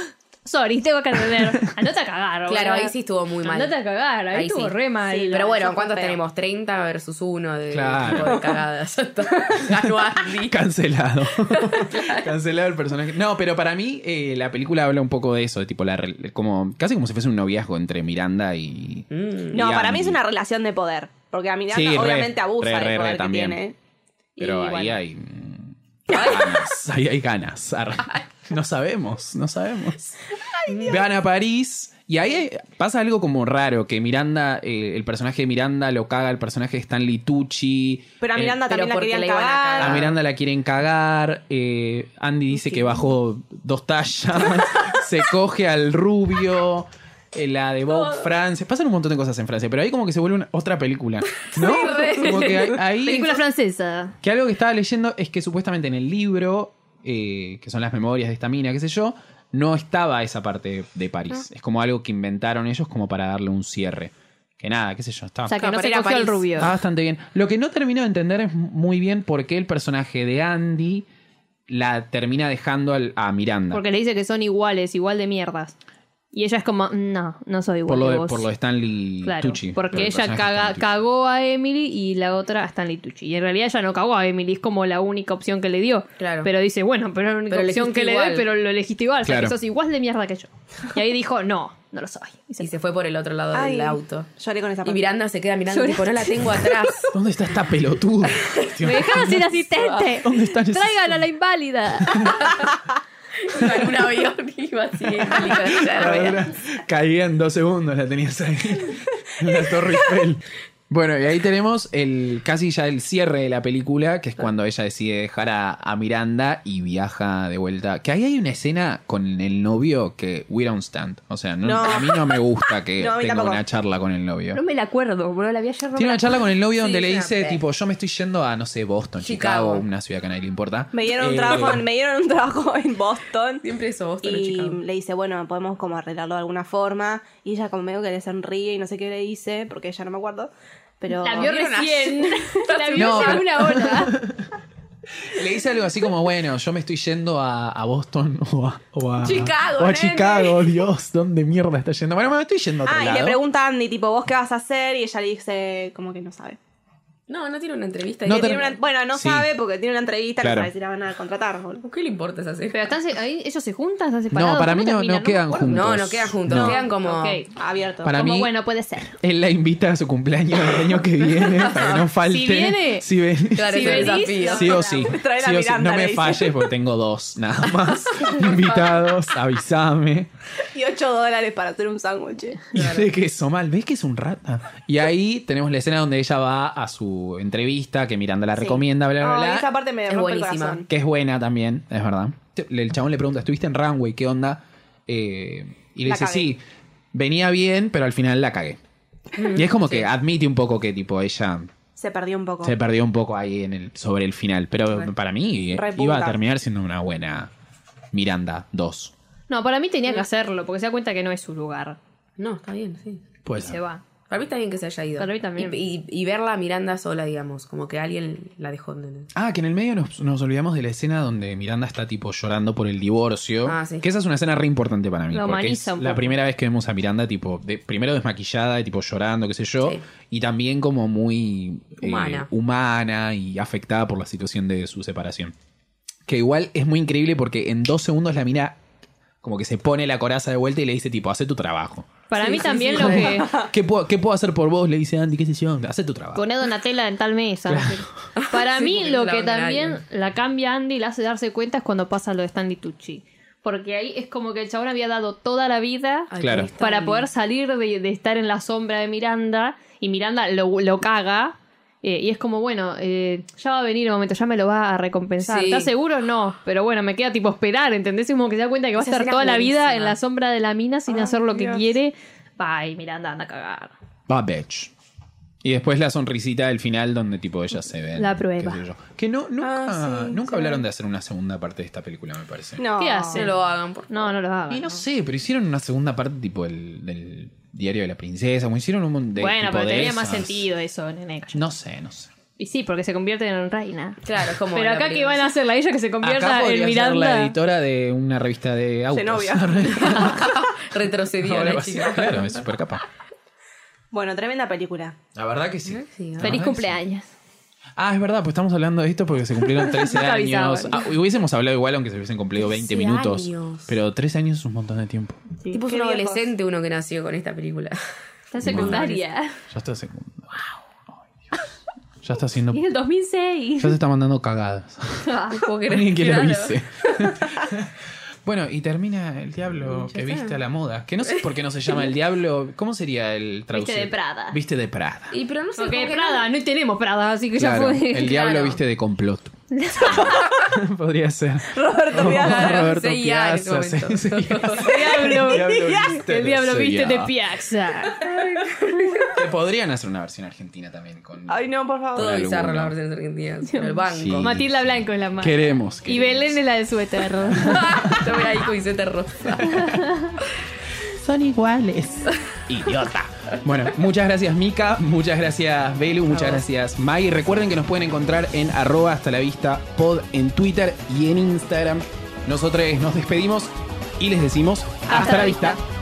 [SPEAKER 4] sorry, tengo que atender. Andate a cagar.
[SPEAKER 2] Claro,
[SPEAKER 4] boluda.
[SPEAKER 2] ahí sí estuvo muy mal.
[SPEAKER 4] Andate a cagar, ahí,
[SPEAKER 2] Ahí
[SPEAKER 4] estuvo
[SPEAKER 2] sí.
[SPEAKER 4] re mal.
[SPEAKER 2] Pero bueno,
[SPEAKER 3] Eso
[SPEAKER 2] ¿cuántos
[SPEAKER 3] fue feo.
[SPEAKER 2] tenemos? 30 versus 1 de,
[SPEAKER 1] Claro.
[SPEAKER 2] tipo de cagadas. Ya está. Ganó Andy.
[SPEAKER 1] Cancelado. Cancelado el personaje. No, pero para mí eh, la película habla un poco de eso, de tipo la re- como casi como si fuese un noviazgo entre Miranda y
[SPEAKER 2] Mm.
[SPEAKER 3] No,
[SPEAKER 1] y
[SPEAKER 3] para
[SPEAKER 1] Andy.
[SPEAKER 3] mí es una relación de poder. Porque a Miranda
[SPEAKER 1] Sí, re,
[SPEAKER 3] obviamente abusa
[SPEAKER 1] re, re,
[SPEAKER 3] del
[SPEAKER 1] re
[SPEAKER 3] poder que
[SPEAKER 1] también.
[SPEAKER 3] tiene.
[SPEAKER 1] Pero
[SPEAKER 3] Y
[SPEAKER 1] ahí
[SPEAKER 3] bueno.
[SPEAKER 1] hay mm, Ganas, hay, hay ganas. Arra- No sabemos, no sabemos. Van a París y ahí hay- pasa algo como raro, que Miranda, eh, el personaje de Miranda lo caga el personaje de Stanley Tucci.
[SPEAKER 3] Pero a
[SPEAKER 1] Eh,
[SPEAKER 3] Miranda
[SPEAKER 2] pero
[SPEAKER 3] también la
[SPEAKER 2] porque
[SPEAKER 3] querían
[SPEAKER 2] la iban a
[SPEAKER 3] cagar.
[SPEAKER 1] a Miranda la quieren cagar. eh, Andy dice que bajó dos tallas. se coge al rubio. eh, La de Bob France. Pasan un montón de cosas en Francia, pero ahí como que se vuelve una- otra película. ¿No? Como que ahí- ahí-
[SPEAKER 4] Película francesa.
[SPEAKER 1] que algo que estaba leyendo es que supuestamente en el libro, eh, que son las memorias de esta mina, qué sé yo, no estaba esa parte de París. Es como algo que inventaron ellos como para darle un cierre. Que nada, qué sé yo, estaba
[SPEAKER 4] O sea, que
[SPEAKER 2] No,
[SPEAKER 4] no
[SPEAKER 2] para
[SPEAKER 4] se
[SPEAKER 2] ir a
[SPEAKER 4] cogió el
[SPEAKER 2] París.
[SPEAKER 4] rubio.
[SPEAKER 1] Está Ah, bastante bien. Lo que no termino de entender es muy bien por qué el personaje de Andy la termina dejando al- a Miranda.
[SPEAKER 4] Porque le dice que son iguales, igual de mierdas. Y ella es como, no, no soy
[SPEAKER 1] por,
[SPEAKER 4] igual
[SPEAKER 1] lo
[SPEAKER 4] que
[SPEAKER 1] de,
[SPEAKER 4] vos.
[SPEAKER 1] por lo de Stanley
[SPEAKER 4] Claro,
[SPEAKER 1] Tucci. por
[SPEAKER 4] porque
[SPEAKER 1] el
[SPEAKER 4] ella
[SPEAKER 1] personaje
[SPEAKER 4] caga-
[SPEAKER 1] de Stanley Tucci.
[SPEAKER 4] cagó a Emily y la otra a Stanley Tucci. Y en realidad ella no cagó a Emily, es como la única opción que le dio.
[SPEAKER 2] Claro.
[SPEAKER 4] Pero dice, bueno, pero era la única
[SPEAKER 2] Pero
[SPEAKER 4] opción
[SPEAKER 2] elegiste
[SPEAKER 4] que le
[SPEAKER 2] igual.
[SPEAKER 4] doy, pero lo elegiste igual. O sea,
[SPEAKER 1] Claro.
[SPEAKER 4] que sos igual de mierda que yo. Y ahí dijo, no, no lo soy. Y se-
[SPEAKER 2] Y se fue por el otro lado
[SPEAKER 3] Ay,
[SPEAKER 2] del auto.
[SPEAKER 3] Lloré con esa
[SPEAKER 2] Y
[SPEAKER 3] parte.
[SPEAKER 2] Miranda se queda mirando, tipo, no la tengo atrás.
[SPEAKER 1] ¿Dónde está esta pelotuda?
[SPEAKER 4] Me dejaron sin asistente.
[SPEAKER 1] ¿Dónde están esos-
[SPEAKER 4] Tráiganla a la inválida.
[SPEAKER 2] Iba en un avión y iba así en helicóptero.
[SPEAKER 1] Ahora caía en dos segundos, la tenías ahí. En la Torre Eiffel. Bueno, y ahí tenemos el casi ya el cierre de la película, que es cuando ella decide dejar a, a Miranda y viaja de vuelta. Que ahí hay una escena con el novio que we don't stand. O sea, no-
[SPEAKER 3] No.
[SPEAKER 1] a mí no me gusta que
[SPEAKER 3] No, a mí
[SPEAKER 1] tenga
[SPEAKER 3] tampoco.
[SPEAKER 1] una charla con el novio.
[SPEAKER 4] No me la acuerdo, bro. La vi ayer. no me
[SPEAKER 1] Tiene
[SPEAKER 4] la-
[SPEAKER 1] una charla con el novio
[SPEAKER 2] Sí,
[SPEAKER 1] donde le
[SPEAKER 2] es una
[SPEAKER 1] dice,
[SPEAKER 2] pe-
[SPEAKER 1] tipo, yo me estoy yendo a, no sé, Boston, Chicago,
[SPEAKER 2] Chicago.
[SPEAKER 1] una ciudad que a nadie le importa.
[SPEAKER 3] Me dieron, un
[SPEAKER 1] Eh,
[SPEAKER 3] trabajo en, me dieron un trabajo en Boston.
[SPEAKER 2] Siempre eso, Boston o
[SPEAKER 3] y
[SPEAKER 2] Chicago.
[SPEAKER 3] le dice, bueno, podemos como arreglarlo de alguna forma. Y ella como medio que le sonríe y no sé qué le dice, porque ella no me acuerdo. Pero
[SPEAKER 4] La vio
[SPEAKER 2] Vieron
[SPEAKER 4] recién. La vio
[SPEAKER 1] No,
[SPEAKER 4] hace
[SPEAKER 1] pero-
[SPEAKER 4] una hora.
[SPEAKER 1] Le dice algo así como, bueno, yo me estoy yendo a, a Boston o a, o a-
[SPEAKER 2] Chicago,
[SPEAKER 1] o a
[SPEAKER 2] nene.
[SPEAKER 1] Chicago, Dios, ¿dónde mierda está yendo? Bueno, me estoy yendo a otro
[SPEAKER 3] Ah, y le
[SPEAKER 1] lado.
[SPEAKER 3] pregunta a Andy, tipo, ¿vos qué vas a hacer? Y ella le dice, como que no sabe.
[SPEAKER 2] No, no tiene una entrevista.
[SPEAKER 1] No
[SPEAKER 2] ¿Qué
[SPEAKER 1] te-
[SPEAKER 3] Tiene una- bueno, no
[SPEAKER 1] Sí.
[SPEAKER 3] sabe porque tiene una entrevista,
[SPEAKER 1] Claro.
[SPEAKER 3] no sabe si la "Ah, van a contratar. boludo.
[SPEAKER 2] ¿Qué le importa esa serie?
[SPEAKER 4] Pero están se- ahí, ellos se juntan, están separados.
[SPEAKER 1] no, para
[SPEAKER 4] ¿Cómo
[SPEAKER 1] mí no,
[SPEAKER 4] termina?
[SPEAKER 1] no
[SPEAKER 4] me
[SPEAKER 1] quedan
[SPEAKER 4] acuerdo.
[SPEAKER 1] juntos.
[SPEAKER 2] No, no quedan juntos,
[SPEAKER 1] No.
[SPEAKER 2] quedan como...
[SPEAKER 4] Ok.
[SPEAKER 3] Abierto.
[SPEAKER 1] Para
[SPEAKER 4] Como
[SPEAKER 1] mí,
[SPEAKER 4] bueno, puede ser.
[SPEAKER 1] él la invita a su cumpleaños del año que viene para que no falte.
[SPEAKER 4] viene,
[SPEAKER 1] Si ven-
[SPEAKER 2] Claro,
[SPEAKER 4] Si
[SPEAKER 2] es el
[SPEAKER 4] venís,
[SPEAKER 2] desafío.
[SPEAKER 1] Sí o sí.
[SPEAKER 3] Trae la
[SPEAKER 1] Sí o sí. No
[SPEAKER 3] Miranda, le
[SPEAKER 1] me
[SPEAKER 3] dice.
[SPEAKER 1] falles porque tengo dos nada más invitados. Avísame.
[SPEAKER 3] Y 8 dólares para hacer un sándwich.
[SPEAKER 1] Y de queso mal, ¿ves que es un rata? Y ahí tenemos la escena donde ella va a su entrevista, que Miranda la recomienda, bla, bla,
[SPEAKER 3] Ay,
[SPEAKER 1] bla.
[SPEAKER 3] esa parte me
[SPEAKER 2] Es
[SPEAKER 3] rompe el
[SPEAKER 2] buenísima.
[SPEAKER 3] corazón.
[SPEAKER 1] Que es buena también, es verdad. El chabón le pregunta, ¿estuviste en Runway? ¿Qué onda? Eh, y le
[SPEAKER 3] La
[SPEAKER 1] dice,
[SPEAKER 3] cagué.
[SPEAKER 1] sí, venía bien, pero al final la cagué.
[SPEAKER 4] Mm.
[SPEAKER 1] Y es como que admite un poco que tipo ella
[SPEAKER 3] Se perdió un poco.
[SPEAKER 1] se perdió un poco ahí en el, sobre el final. Pero para mí eh,
[SPEAKER 3] Repunta.
[SPEAKER 1] iba a terminar siendo una buena Miranda 2.
[SPEAKER 4] No, para mí tenía que hacerlo, porque se da cuenta que no es su lugar.
[SPEAKER 2] No, está bien, sí.
[SPEAKER 4] Y se va.
[SPEAKER 2] Para mí está bien que se haya ido.
[SPEAKER 4] Para mí también.
[SPEAKER 2] Y, y- y verla a Miranda sola, digamos. Como que alguien la dejó. ¿entendés?
[SPEAKER 1] Ah, que en el medio nos, nos olvidamos de la escena donde Miranda está tipo llorando por el divorcio.
[SPEAKER 2] Ah, sí.
[SPEAKER 1] Que esa es una escena re importante para mí.
[SPEAKER 4] Lo
[SPEAKER 1] porque es
[SPEAKER 4] humaniza un
[SPEAKER 1] la
[SPEAKER 4] poco.
[SPEAKER 1] primera vez que vemos a Miranda tipo, de- primero desmaquillada y tipo llorando, qué sé yo.
[SPEAKER 2] Sí.
[SPEAKER 1] Y también como muy eh,
[SPEAKER 2] Humana.
[SPEAKER 1] humana y afectada por la situación de su separación. Que igual es muy increíble porque en dos segundos la mira como que se pone la coraza de vuelta y le dice tipo, hace tu trabajo.
[SPEAKER 4] Para
[SPEAKER 2] Sí,
[SPEAKER 4] mí
[SPEAKER 2] sí,
[SPEAKER 4] también
[SPEAKER 2] sí.
[SPEAKER 4] lo que.
[SPEAKER 1] ¿Qué puedo, qué puedo hacer por vos? Le dice Andy, qué sé yo, hace tu trabajo.
[SPEAKER 4] Poné a Donatella en tal mesa. no sé. Para
[SPEAKER 2] Sí,
[SPEAKER 4] mí
[SPEAKER 2] porque
[SPEAKER 4] lo
[SPEAKER 2] la
[SPEAKER 4] que
[SPEAKER 2] van a
[SPEAKER 4] también
[SPEAKER 2] alguien.
[SPEAKER 4] la cambia Andy y la hace darse cuenta es cuando pasa lo de Stanley Tucci. Porque ahí es como que el chabón había dado toda la vida
[SPEAKER 2] Ay,
[SPEAKER 1] Claro.
[SPEAKER 2] Cristo,
[SPEAKER 4] para
[SPEAKER 2] Andy.
[SPEAKER 4] poder salir de, de estar en la sombra de Miranda y Miranda lo, lo caga. eh, y es como, bueno, eh, ya va a venir el momento, ya me lo va a recompensar.
[SPEAKER 2] Sí.
[SPEAKER 4] ¿Estás seguro? No, pero bueno, me queda tipo esperar, ¿entendés? Es como que se da cuenta que va a
[SPEAKER 2] Esa
[SPEAKER 4] estar
[SPEAKER 2] escena
[SPEAKER 4] toda
[SPEAKER 2] es
[SPEAKER 4] la vida
[SPEAKER 2] buenísima.
[SPEAKER 4] en la sombra de la mina sin hacer lo que
[SPEAKER 3] Dios.
[SPEAKER 4] quiere. Bye, Miranda, anda a cagar.
[SPEAKER 1] Babbage. Y después la sonrisita del final donde tipo ella se ve.
[SPEAKER 4] La prueba.
[SPEAKER 1] qué sé yo. Que no, nunca,
[SPEAKER 3] Ah, sí,
[SPEAKER 1] nunca
[SPEAKER 3] sí.
[SPEAKER 1] hablaron de hacer una segunda parte de esta película, me parece.
[SPEAKER 3] No.
[SPEAKER 4] ¿Qué hace?
[SPEAKER 2] No lo hagan, por
[SPEAKER 4] No, no lo hagas.
[SPEAKER 1] Y no sé, pero hicieron una segunda parte tipo el, del diario de la princesa, como hicieron un montón de
[SPEAKER 4] bueno,
[SPEAKER 1] tipo
[SPEAKER 4] pero
[SPEAKER 1] de
[SPEAKER 4] tenía
[SPEAKER 1] esas.
[SPEAKER 4] más sentido eso, nene.
[SPEAKER 1] No sé, no sé.
[SPEAKER 4] Y sí, porque se convierte en reina.
[SPEAKER 2] Claro, como.
[SPEAKER 4] Pero
[SPEAKER 2] la
[SPEAKER 4] acá que
[SPEAKER 2] primera.
[SPEAKER 4] van a hacerla ella que se
[SPEAKER 1] Acá
[SPEAKER 4] convierta
[SPEAKER 1] podría
[SPEAKER 4] en
[SPEAKER 1] ser la
[SPEAKER 4] Miranda.
[SPEAKER 1] editora de una revista de autos.
[SPEAKER 3] Zenobia.
[SPEAKER 2] Retrocedió la chica.
[SPEAKER 1] claro, es súper capa.
[SPEAKER 3] Bueno, tremenda película.
[SPEAKER 1] La verdad que sí.
[SPEAKER 2] Sí, ¿no?
[SPEAKER 1] Fe-
[SPEAKER 4] Feliz
[SPEAKER 1] Ah,
[SPEAKER 4] cumpleaños.
[SPEAKER 1] Ah, es verdad, pues estamos hablando de esto porque se cumplieron 13
[SPEAKER 4] Nunca
[SPEAKER 1] años.
[SPEAKER 4] avisaban.
[SPEAKER 1] Ah, hubiésemos hablado igual aunque se hubiesen cumplido 20
[SPEAKER 2] 13
[SPEAKER 1] minutos.
[SPEAKER 2] años.
[SPEAKER 1] Pero 13 años es un montón de tiempo.
[SPEAKER 2] Tipo es
[SPEAKER 3] Qué
[SPEAKER 2] un
[SPEAKER 3] viejos.
[SPEAKER 2] adolescente uno que nació con esta película.
[SPEAKER 4] Está en secundaria.
[SPEAKER 1] Ya estoy en segundo. Wow. Ya está haciendo.
[SPEAKER 4] Y es el 2006.
[SPEAKER 1] Ya se está mandando cagadas.
[SPEAKER 4] Ah, puedo creer,
[SPEAKER 1] Alguien que lo
[SPEAKER 4] claro.
[SPEAKER 1] hice. bueno, y termina el diablo
[SPEAKER 2] Ya
[SPEAKER 1] que
[SPEAKER 2] está.
[SPEAKER 1] viste a la moda. Que no sé por qué no se llama el diablo. ¿Cómo sería el traducir?
[SPEAKER 4] de Prada.
[SPEAKER 1] Viste de Prada.
[SPEAKER 2] Y pero no sé
[SPEAKER 4] Ok,
[SPEAKER 2] como que
[SPEAKER 4] Prada, no tenemos Prada, así que
[SPEAKER 1] Claro,
[SPEAKER 4] ya fue.
[SPEAKER 1] el diablo
[SPEAKER 4] Claro.
[SPEAKER 1] viste de complot. Podría ser.
[SPEAKER 3] Roberto Piazza.
[SPEAKER 2] Claro,
[SPEAKER 1] Roberto
[SPEAKER 2] sí, ya, en ese
[SPEAKER 1] Piazza,
[SPEAKER 2] momento.
[SPEAKER 1] sí, sí, ya.
[SPEAKER 4] Diablo.
[SPEAKER 1] viste
[SPEAKER 4] El diablo
[SPEAKER 1] de-
[SPEAKER 4] viste
[SPEAKER 1] sí,
[SPEAKER 4] de
[SPEAKER 1] ya.
[SPEAKER 4] Piazza.
[SPEAKER 1] Que Podrían hacer una versión argentina también con.
[SPEAKER 3] Ay, no, por favor.
[SPEAKER 2] Todo
[SPEAKER 1] Alguno.
[SPEAKER 2] bizarro las versiones argentinas. El banco.
[SPEAKER 1] Sí.
[SPEAKER 4] Matilda Blanco es la más.
[SPEAKER 1] Queremos,
[SPEAKER 4] Y
[SPEAKER 1] queremos.
[SPEAKER 4] Belén es la de suéter.
[SPEAKER 2] Yo voy ahí con Iseta Rosa.
[SPEAKER 1] Son iguales. Idiota. Bueno, muchas gracias Mika, muchas gracias Belu, muchas gracias Maggie. Recuerden que nos pueden encontrar en arroba hasta la vista pod en Twitter y en Instagram. Nosotros nos despedimos y les decimos hasta, la vista.